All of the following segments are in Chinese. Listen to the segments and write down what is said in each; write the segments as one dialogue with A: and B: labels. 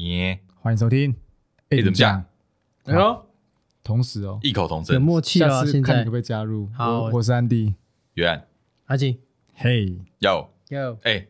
A: 嗯欢迎收听。哎
B: 哎怎么这样？
C: 哎呦，
A: 同时哦，
B: 异口同
C: 有
B: 声。
C: 默契了
A: 下
C: 啊，
A: 次
C: 现
A: 看你
C: 在
A: 可不可以加入。
C: 好
A: 我我是安迪。
B: 约翰，
C: 阿锦
A: 嘿
B: 有
C: ，Yo，
B: 哎，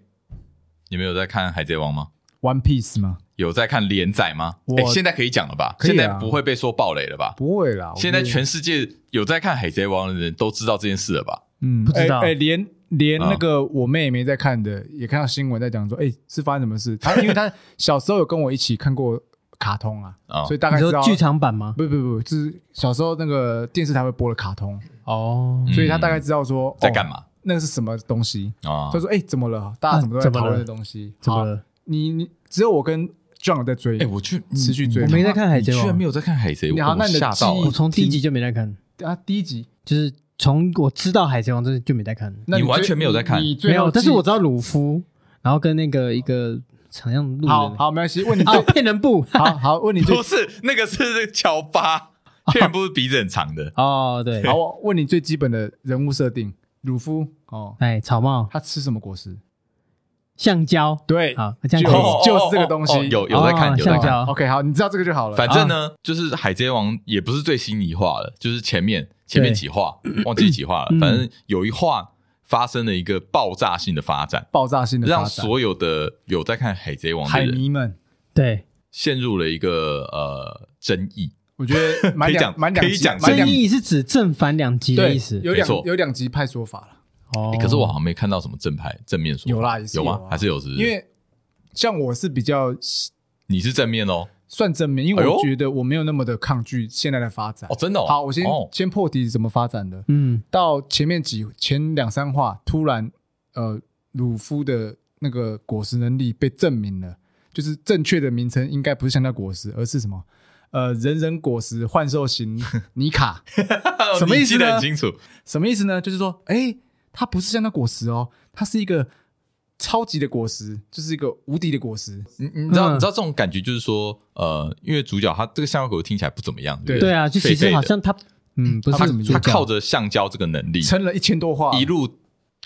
B: 你们有在看《海贼王》吗？
A: ，One Piece 吗？
B: 有在看连载吗？
A: 我
B: 哎，现在可以讲了吧？
A: 可以啊
B: 现在不会被说暴雷了吧？
A: 不会啦，我
B: 现在
A: 觉得
B: 全世界有在看《海贼王》的人都知道这件事了吧？
A: 嗯
C: 不知道
A: 哎哎连连
B: 啊
A: 那个我妹也没在看的，也看到新闻在讲说，哎，是发生什么事？她因为她小时候有跟我一起看过卡通啊，
B: 啊
A: 所以大概
C: 你
A: 知道
C: 说。剧场版吗？
A: 不不不，就是小时候那个电视台会播的卡通，
C: 哦，
B: 嗯
A: 所以她大概知道说
B: 在干？
A: 哦
B: 嘛
A: 那个是什么东西？
B: 啊
A: 她？说：“哎，怎么了？大家怎么都在
C: 啊怎么
A: 讨
C: 了
A: 论的东西？
C: 怎么
A: 好
C: 了？
A: 你你只有我跟 John 在追。
B: 哎，我去
A: 持续追
C: 我没在看海贼王
B: 你居然没有在看《海贼
A: 你好
B: 王》，
A: 那
B: 我
A: 你的
B: 吓到
A: 记忆
B: 了
C: 我。从第一集就没在看，
A: 啊，第一集，
C: 就是从我知道海贼王这就没在看，
A: 那
B: 你
A: 最
B: 完全没有在看
A: 你最
C: 没有，
A: 后
C: 但
A: 记
C: 是我知道鲁夫，然后跟那个一个长像路
A: 好
C: 人，
A: 好没关系， 问你
C: 啊
A: 最
C: 骗人部，
A: 好好问你最
B: 不是，那个是乔 巴，确然不是鼻子很长的。
C: 哦对，
A: 好我问你最基本的人物设定，鲁夫哦，
C: 哎草帽
A: 他吃什么果实？
C: 橡胶，
A: 对
C: 好那这样
A: 就
C: 可以
A: 哦 就是这个东西
B: 哦有有在看，
C: 哦
B: 有在
C: 像这
B: 看
C: 样。
A: ，OK，好，你知道这个就好了。
B: 反正呢，就是《海贼王》也不是最新一话了，就是前面前面几话 忘记几话了，
C: 嗯
B: 反正有一话发生了一个爆炸性的发展，
A: 嗯爆炸性的
B: 让
A: 发展，
B: 所有的有在看《海贼王》
A: 海
B: 的人
A: 迷们，
C: 对，
B: 陷入了一个呃争议。
A: 我 觉得蛮
B: 可以
A: 两
B: 讲
A: 蛮两
B: 可以
A: 极
B: 讲
A: 蛮两
C: 正义是指正反两极的
A: 对
C: 意思，
A: 有
B: 没
A: 两
B: 错
A: 有两极派说法了，
C: 哦
B: 诶可是我好像没看到什么正派正面说法，
A: 有啦也是
B: 有
A: 有
B: 吗
A: 啊？
B: 还是有是不是？
A: 因为像我是比较
B: 你是正面哦，
A: 算正面，因为
B: 哎
A: 我
B: 呦
A: 觉得我没有那么的抗拒现在的发展
B: 哦，。真的哦。
A: 好，我先
B: 哦
A: 先破题怎么发展的。
C: 嗯
A: 到前面几前两三话，突然呃，鲁夫的那个果实能力被证明了，就是正确的名称应该不是香蕉果实，而是什么？呃，人人果实幻兽型 尼卡，什么
B: 你
A: 意思呢
B: 记得很清楚，
A: 什么意思呢？就是说，哎，它不是香蕉果实哦，它是一个超级的果实，就是一个无敌的果实。
B: 你你知道、
C: 嗯
B: 你知道这种感觉就是说，呃，因为主角他这个香蕉狗听起来不怎么样，不
C: 对啊，就其
B: 废废
C: 实
B: 的
C: 好像他嗯不是
B: 他
C: 怎么
B: 他
C: 主角
B: 靠着橡胶这个能力，
A: 撑了一千多话，
B: 一路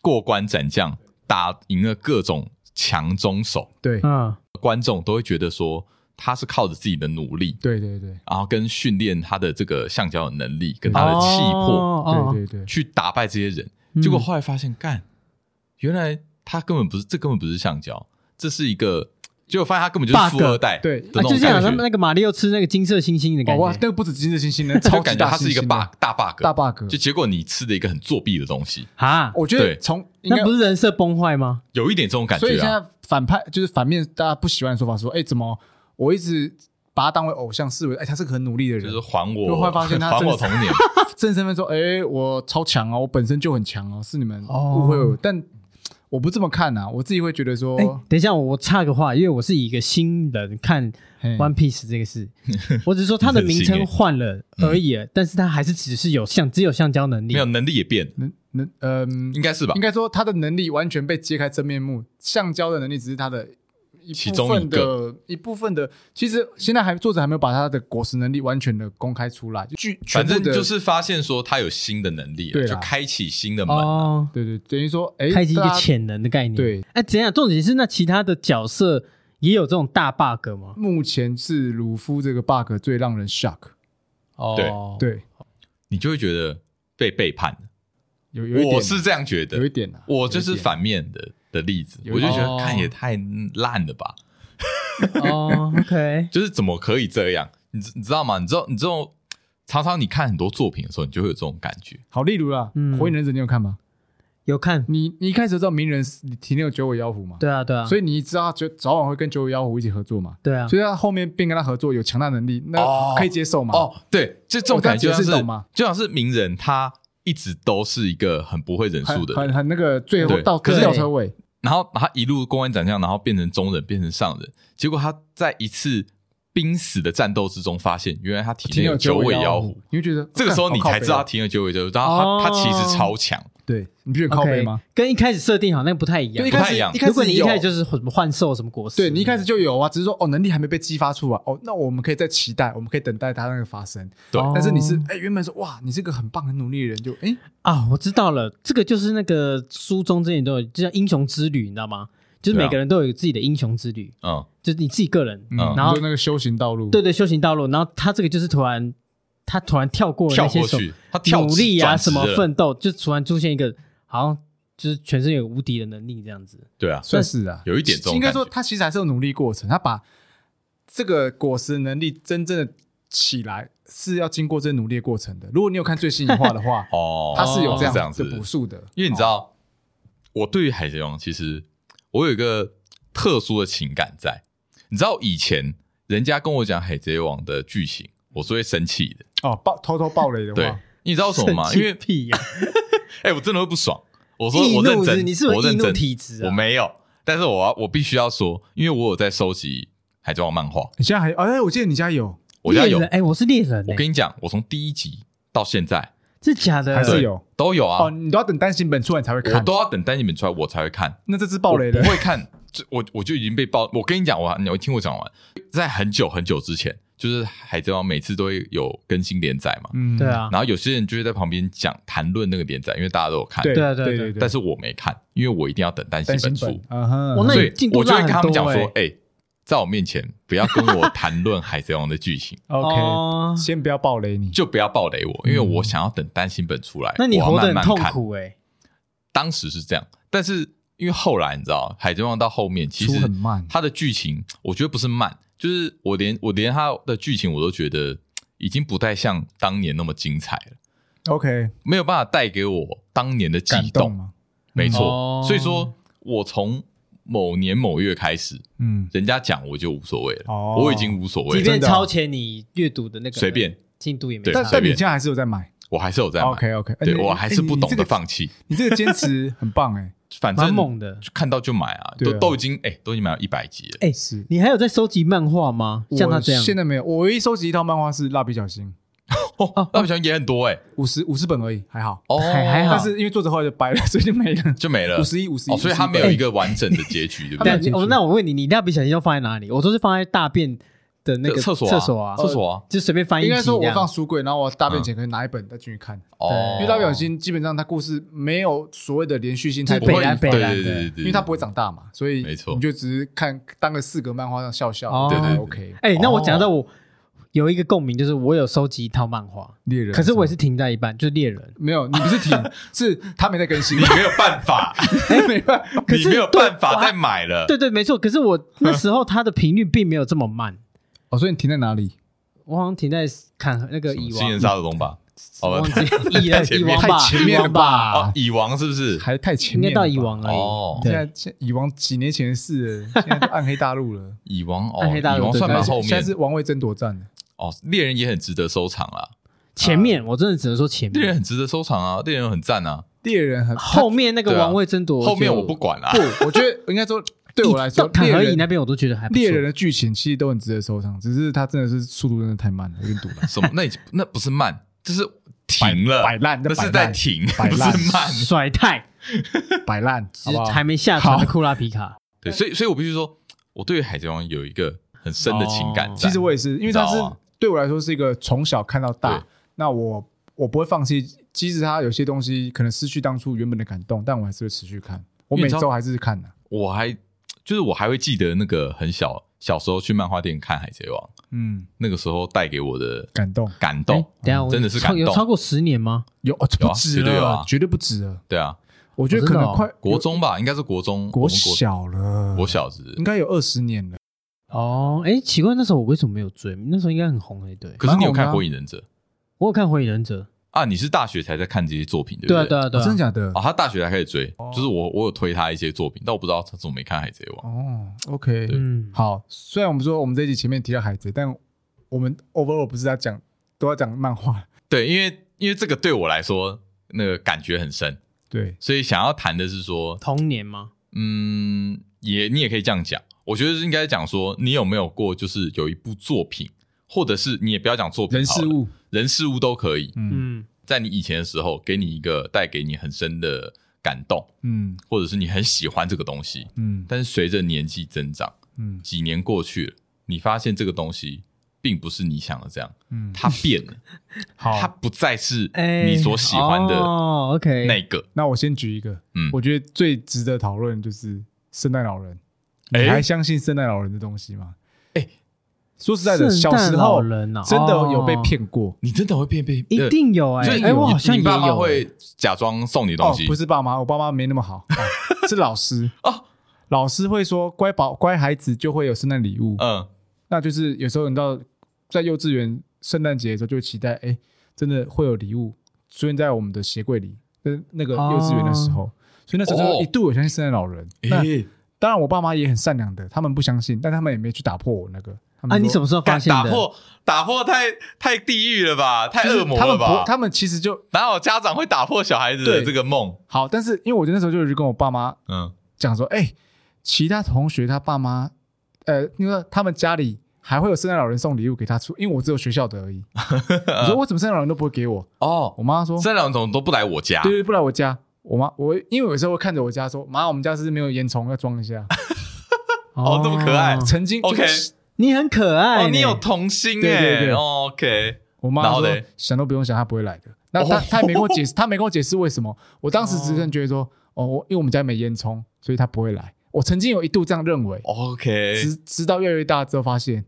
B: 过关斩将，打赢了各种强中手，
A: 对
C: 嗯
B: 观众都会觉得说他是靠着自己的努力，
A: 对对对
B: 然后跟训练他的这个橡胶的能力跟他的气魄，
C: 哦哦
A: 对对对，
B: 去打败这些人。
C: 嗯
B: 结果后来发现，干，原来他根本不是，这根本不是橡胶，这是一个，嘖结果发现他根本就是
C: Bug
B: 富二代
A: 对
B: 的
C: 啊，
B: 那
C: 就
B: 种
C: 像他
B: 感
C: 们
B: 觉，
C: 那个马里奥吃那个金色星星的
A: 哦
C: 感
A: 哇，
C: 觉，
A: 那个不止金色星星呢，
B: 就
A: 超级
B: 感觉
A: 大
B: 他
A: 猩
B: 是一个
A: 猩
B: bug
A: 呢
B: 大 bug，
A: 大 bug，
B: 就结果你吃的一个很作弊的东西，
C: 哈，
A: 我觉得
B: 对
A: 从应该
C: 那不是人设崩坏吗？
B: 有一点这种感
A: 所以
B: 觉
A: 现
B: 啊。
A: 在反派就是反面，大家不喜欢的说法说，哎，怎么我一直把他当为偶像，视为哎他是个很努力的
B: 就
A: 人
B: 是，还
A: 就
B: 我，
A: 会发现 他
B: 还我
A: 真
B: 童
A: 的
B: 年，
A: 正身份说，哎，我超强哦，我本身就很强哦，是你们
C: 哦
A: 误会我，但我不这么看呐，我自己会觉得说
C: 哎，，等一下，我插个话，因为我是以一个新人看
A: 嘿
C: One Piece 这个事，我只是说它的名称换了而已，但是它还是只是有橡，只有橡胶能力
B: 没有。能力也变，
A: 能能嗯
B: 应，该是吧
A: 应？该说他的能力完全被揭开真面目，橡胶的能力只是他的。一
B: 其
A: 部
B: 中
A: 分
B: 一
A: 的一部分的，其实现在还作者还没有把他的果实能力完全的公开出来，就具
B: 反
A: 全部
B: 正
A: 的
B: 就是发现说他有新的能力
A: 对啊
B: 了，
A: 啦
B: 就开启新的门。
C: 哦，
A: 对对，等于说，哎，
C: 开启一
A: 大
C: 个
A: 家
C: 潜能的概念。，
A: 对，
C: 哎，怎样？重点是那其他的角色也有这种大 bug 吗？
A: 目前是鲁夫这个 bug 最让人 shock。
C: 哦，，
A: 对，
B: 你就会觉得被背叛了。
A: 有有一点，啊
B: 我是这样觉
A: 有一
B: 得，
A: 点啊，
B: 我就
A: 有
B: 是
A: 一点
B: 反面的的例子，
A: 有
B: 我
A: 一
B: 就
A: 点
B: 觉
C: 哦
B: 得看也太烂了吧，
C: 哦，OK，
B: 就是怎么可以这样？你知你知道吗？你知道你知道，常常你看很多作品的时候，你就会有这种感觉。
A: 好，例如啦，
C: 嗯
A: 火影忍者》你有看吗？
C: 有看，
A: 你你一开始知道鸣人是停留九尾妖狐嘛？、
C: 对啊，对啊，
A: 所
C: 以
A: 以你知道他就早晚会跟九尾妖狐一起合作嘛？
C: 对啊，
A: 所以他后面变跟他合作有强大能力，那
B: 哦
A: 可以接受嘛？，
B: 哦，对，就这种感觉
A: 我这样解
B: 就
A: 释
B: 像
A: 懂吗
B: 是就像是鸣人，他一直都是一个很不会忍
A: 很
B: 术的
A: 很
B: 人，
A: 很那个最后
B: 对
A: 到
B: 可
C: 是
A: 吊车尾，
B: 然后他一路公关斩将，然后变成中忍，变成上忍，结果他在一次濒死的战斗之中，发现原来他体
A: 停
B: 内
A: 留
B: 有九尾妖
A: 狐
B: 狐。，
A: 你会觉得
B: 这个时候
A: 干
B: 你
A: 好靠
B: 才
A: 北
B: 知道他
A: 哦
B: 停了九尾九，然后他他其实超强，
A: 对，你不觉得
C: OK
A: 靠背吗？
C: 跟一开始设定好像不太一样
A: 对，一。
B: 不
A: 开
B: 太
A: 始
B: 一样
A: 一开
C: 如果
A: 始
C: 你一
A: 有
C: 开始就是什么幻兽什么果实，
A: 对你一开始就有啊，只是说哦，能力还没被激发出来，哦，那我们可以再期待，我们可以等待它那个发生。
B: 对
C: 哦
A: 但是你是哎、原本说哇，你是个很棒很努力的人，就哎、
C: 啊，我知道了，这个就是那个书中之前都有，就叫英雄之旅，你知道吗？就是
B: 对啊
C: 每个人都有自己的英雄之旅，
B: 嗯，
C: 就是你自己个人，
A: 嗯
B: 嗯
C: 然后
A: 就那个修行道路，
C: 对对，修行道路。然后他这个就是突然，他突然跳过了
B: 跳
C: 那些
B: 过
C: 什么
B: 去，嗯他跳
C: 努力啊，
B: 转
C: 什么
B: 职了
C: 奋斗，就突然出现一个好像就是全身有无敌的能力这样子。
B: 对啊，
A: 算是啊，
B: 有一点这种
A: 应该
B: 感
A: 说
B: 觉，
A: 他其实还是有努力过程，他把这个果实能力真正的起来是要经过这努力的过程的。如果你有看最新一话的话
B: 哦，
A: 他是有这
B: 这
A: 样
B: 样子
A: 的补数的，
B: 因为你知道，我对于海贼王其实我有一个特殊的情感在。你知道以前人家跟我讲海贼王的剧情，我是会生气的。
A: 哦，爆偷偷爆雷的
B: 对
A: 话，，
B: 你知道为什么 吗？因为
C: 生气屁呀，
B: 哎、我真的会不爽。我说
C: 易
B: 我认
C: 怒是
B: 真，
C: 你是不是
B: 我认
C: 易怒
B: 真
C: 体质啊
B: 我没有，但是我要我必须要说，因为我有在收集海贼王漫画，
A: 你现在还哎，我记得你家有，
B: 我家有
C: 猎人。哎，我是猎人，
B: 我
C: 哎，
B: 跟你讲，我从第一集到现在
C: 这假的
A: 还是
B: 对
A: 有
B: 都有啊，
A: 哦，你都要等单行本出来你才会
B: 我
A: 看。
B: 都要等单行本出来我才会看。
A: 那这只爆雷的
B: 我不会看，这我我就已经被爆。我跟你讲，我你会听我讲完，在很久很久之前，就是《海贼王》每次都会有更新连载嘛，
A: 嗯
C: 对，啊，
B: 然后有些人就会在旁边讲谈论那个连载，因为大家都有看，
A: 对
C: 对啊对啊
A: 对
C: 对啊
A: 对，
B: 但是我没看，因为我一定要等单行
A: 单行
B: 本出
A: 本，，嗯哼
C: 哦我那
B: 所
C: 你
B: 以
C: 进度
B: 我就会
C: 慢
B: 跟
C: 很
B: 他们讲
C: 多
B: 说，
C: 欸
B: 哎、在我面前不要跟我谈论《海贼王》的剧情，
A: OK，
C: 哦
A: 先不要爆雷你，
B: 就不要暴雷我，因为
A: 嗯
B: 我想要等单行本出来，
C: 那你
B: 我要
C: 活得
B: 慢
C: 很
B: 慢
C: 痛
B: 看。
C: 苦哎，
B: 当时是这样，但是因为后来你知道，《海贼王》到后面其
A: 出
B: 实
A: 很慢
B: 它的剧情我觉得不是慢，就是我连我连它的剧情我都觉得已经不太像当年那么精彩了，
A: OK，
B: 没有办法带给我当年的激
A: 感动吗？
B: 没错，
C: 哦
B: 所以说我从某年某月开始，
A: 嗯，
B: 人家讲我就无所谓了，
A: 哦
B: 我已经无所谓
C: 即
B: 了，
C: 便
A: 真的哦
C: 超前你阅读的那个
B: 啊随便
C: 进度也没
B: 对
A: 但
C: 差
B: 随
A: 但你
B: 便
A: 现在还是有在买
B: 我还是有在买。
A: ，OK OK，
B: 对我还是不懂得，
A: 哎
B: 放弃，
A: 你你这个你这个坚持很 棒哎，
B: 反
C: 蛮
B: 正
C: 猛的。
B: 就看到就买啊，
A: 对啊
B: 都都已经哎、都已经买到一百集了。
C: 哎
A: 是
C: 你还有在收集漫画吗？像他这样
A: 我，现在没有。我唯一收集一套漫画是蜡笔小新，
B: 哦，蜡笔小新也很多哎、
A: 五十五十本而已，还好。
B: 哦，
C: 还还好
A: 但是因为作者后来就掰了，所以就没了。
B: 就没了，
A: 五十一五十一
B: 哦，所以它
A: 51
B: 没有一个完整的结局，对不对
A: 没有
C: 但
A: 进去
C: 哦，那我问你，你蜡笔小新要放在哪里？我都是放在大便的那
B: 这
C: 个
B: 厕所
C: 厕所啊，
B: 厕所啊，
C: 就随便翻一集
A: 应
C: 这
A: 该
C: 样。
A: 说，我放书柜，然后我大便
B: 嗯
A: 前可以拿一本再进去看。
B: 哦
A: 因，为蜡笔小新基本上它故事没有所谓的连续性太
B: 不
C: 就
A: 重
C: 是
B: 会啊
C: 北
B: 对
C: 兰北兰
B: 对对对对，
A: 因为它不会长大嘛，所以
B: 没错
A: 你就只是看当个四格漫画上笑笑，
C: 哦
A: 对
B: 对对对
A: OK。
C: 哎、那我
B: 哦
C: 讲到我有一个共鸣，就是我有收集一套漫画，
A: 猎人，
C: 可是我也是停在一半，就是猎人。
A: 没有，你不是 停，是他没在更新
B: 你，没有办法，
A: 没办法。
C: 可
B: 你
C: 是
B: 没有办法再
C: 在
B: 买了。
C: 对对，没错。可是我那时候它的频率并没有这么慢，
A: 哦，所以你停在哪里？
C: 我好像停在看那个
B: 什么
C: 蚁
B: 新人
C: 王，
B: 杀手龙吧，好吧
C: 忘，记蚁
B: 太
C: 人
B: 前
C: 蚁
B: 面
C: 王
A: 太
C: 吧，
A: 前
C: 蚁
A: 面了
C: 王吧，
B: 哦，蚁王是不是？
A: 还太前
C: 应
A: 面
C: 该
A: 了
C: 到
A: 吧
C: 蚁王而已。
B: 哦。
A: 现
C: 对
A: 在，现在蚁王几年前的事了，现在都暗黑大陆了
B: 蚁王哦，
C: 暗黑大陆
B: 蚁 王
C: 对
B: 算蛮
A: 现在
B: 后
A: 现在
B: 面
A: 是王位争夺战了。
B: 哦。猎人也很值得收藏啦，
C: 前面我真的只能说前
B: 猎人
C: 面，
B: 很值得收藏啊，猎人很赞啊。
A: 猎人很
C: 后面那个
B: 对啊
C: 王位争夺就，
B: 后面我不管啦，
A: 不，我觉得应该说，对我来
C: 到
A: 说，
C: 坎
A: 猎
C: 和蚁
A: 人
C: 那边我都觉得还不错
A: 猎人的剧情其实都很值得收藏，只是它真的是速度真的太慢了，有点堵 了。
B: 什么？那已经那不是慢，就是停了，
A: 摆烂，
B: 那
A: 摆
B: 是
A: 烂
B: 在停，
A: 摆
B: 不是
A: 烂，
B: 慢。
C: 甩太，
A: 摆烂，
C: 只
A: 好
C: 是
A: 不好？
C: 还没下船的
A: 好
C: 库拉皮 卡。
B: 对，所以所以我必须说，我对于海贼王有一个很深的情感
C: 哦
B: 在。
A: 其实我也是，因为它
B: 你
A: 是
B: 知道吗
A: 对我来说是一个从小看到
B: 对
A: 大，那我我不会放弃，即使它有些东西可能失去当初原本的感动，但我还是会持续看，我
B: 因为
A: 每
B: 你知道
A: 周还是看啊的。
B: 我还就是我还会记得那个很小小时候去漫画店看《海贼王》，
A: 嗯，
B: 那个时候带给我的
A: 感动
B: 感
C: 哎
B: 动，嗯
C: 等一下我
B: 真的是
C: 超
B: 感
C: 有超
B: 动。
C: 过十年吗？
A: 有哦，这
B: 有啊
A: 不止
B: 绝对有
A: 了
B: 啊，
A: 绝对不止了。
B: 对啊，
A: 我觉得可
C: 真的
A: 能
C: 哦
A: 快
B: 国中吧，应该是国中，我
A: 国
B: 们
A: 小了，
B: 国小子
A: 应。该有二十年了。
C: 哦，哎，奇怪，那时候我为什么没有追？那时候应该很红哎，对。
B: 可是你有
A: 蛮红的啊
B: 看《火影忍者》
C: 我有看《火影忍者》，
B: 啊？你是大学才在看这些作品，对不
C: 对啊，对
B: 啊。
C: 啊，对
A: 哦
C: 啊，
A: 真的假的
B: 哦，？他大学才开始追，
A: 哦
B: 就是我我有推他一些作品，但我不知道他怎么没看《海贼王》。
A: 哦，OK，
C: 嗯，
A: 好。虽然我们说我们这一集前面提到海贼，但我们 overall 不是在讲都要讲漫画，
B: 对，因为因为这个对我来说那个感觉很深，
A: 对，
B: 所以想要谈的是说，
C: 童年吗？
B: 嗯，也你也可以这样讲，我觉得是应该讲说，你有没有过就是有一部作品，或者是你也不要讲作品
A: 人
B: 好了，
A: 事物，
B: 人事物都可以，
A: 嗯
C: 嗯，
B: 在你以前的时候，给你一个带给你很深的感动，
A: 嗯
B: 或者是你很喜欢这个东西，
A: 嗯
B: 但是随着年纪增长，
A: 嗯
B: 几年过去了，你发现这个东西并不是你想的这样，
A: 嗯，
B: 它变了，它
A: 好。
B: 不再是
C: 哎，
B: 你所喜欢的
C: 哦哦，OK，
B: 那个，
A: 那我先举一个，
B: 嗯
A: 我觉得最值得讨论就是圣诞老人，你
B: 哎
A: 还相信圣诞老人的东西吗？
B: 哎
A: 说实在
C: 圣
A: 的，小
C: 诞
A: 时
C: 老
A: 候
C: 人啊
A: 真的有被
C: 哦
A: 骗过。
B: 你真的会变被
C: 一定有哎、
B: 所以
C: 欸，
B: 你
C: 哎、我好像
B: 你
C: 也
B: 爸妈
C: 有、
B: 会
C: 欸，
B: 假装送你东
A: 哦
B: 西，，
A: 不是爸妈，我爸妈没那么 好， 哦是老师
B: 哦。
A: 老师会说，乖宝乖孩子就会有圣诞礼物。
B: 嗯，
A: 那就是有时候你到在幼稚园圣诞节的时候，就会期待，哎，真的会有礼物出现在我们的鞋柜里。那那个
C: 哦
A: 幼稚园的时候，所以那时候
B: 哦
A: 就一度有相信圣诞老人。那
B: 诶，
A: 当然，我爸妈也很善良的，他们不相信，但他们也没去打破我那个。他们
C: 啊，你
A: 说
C: 什么时候发
B: 干
C: 现
B: 打
C: 的？
B: 破打破太太地狱了吧，太
A: 就是
B: 恶魔
A: 他
B: 了
A: 们
B: 吧
A: 不，？他们其实就
B: 哪有家长会打破小孩子的
A: 对
B: 这个梦？
A: 好，但是因为我那时候就有去跟我爸妈
B: 嗯，
A: 讲说，哎、其他同学他爸妈，呃，因为他们家里还会有圣诞老人送礼物给他出，因为我只有学校的而 已。我说为什么圣诞老人都不会给我？
B: 哦，
A: 我妈说，
B: 这两种都不来我家哦
A: 对，对，不来我家。我妈，我因为有时候会看着我家说，妈，我们家是不是没有烟囱，要装一下。
B: 哦这么可爱
A: 曾经
B: OK
A: 就是
C: 你很可爱、
B: 哦，
C: 欸，
B: 你有童心
A: 对对
B: 哎
A: 对
B: ，OK，
A: 我妈
B: 然后
A: 说
B: 嘞
A: 想都不用想，她不会来的。那她
B: 哦
A: 她也没跟我 解释，她没跟我解释为什么。我当时只是觉得说，哦，我因为我们家没烟囱，所以她不会来。我曾经有一度这样认为，
B: 哦 OK，
A: 直直到越来越大之后发现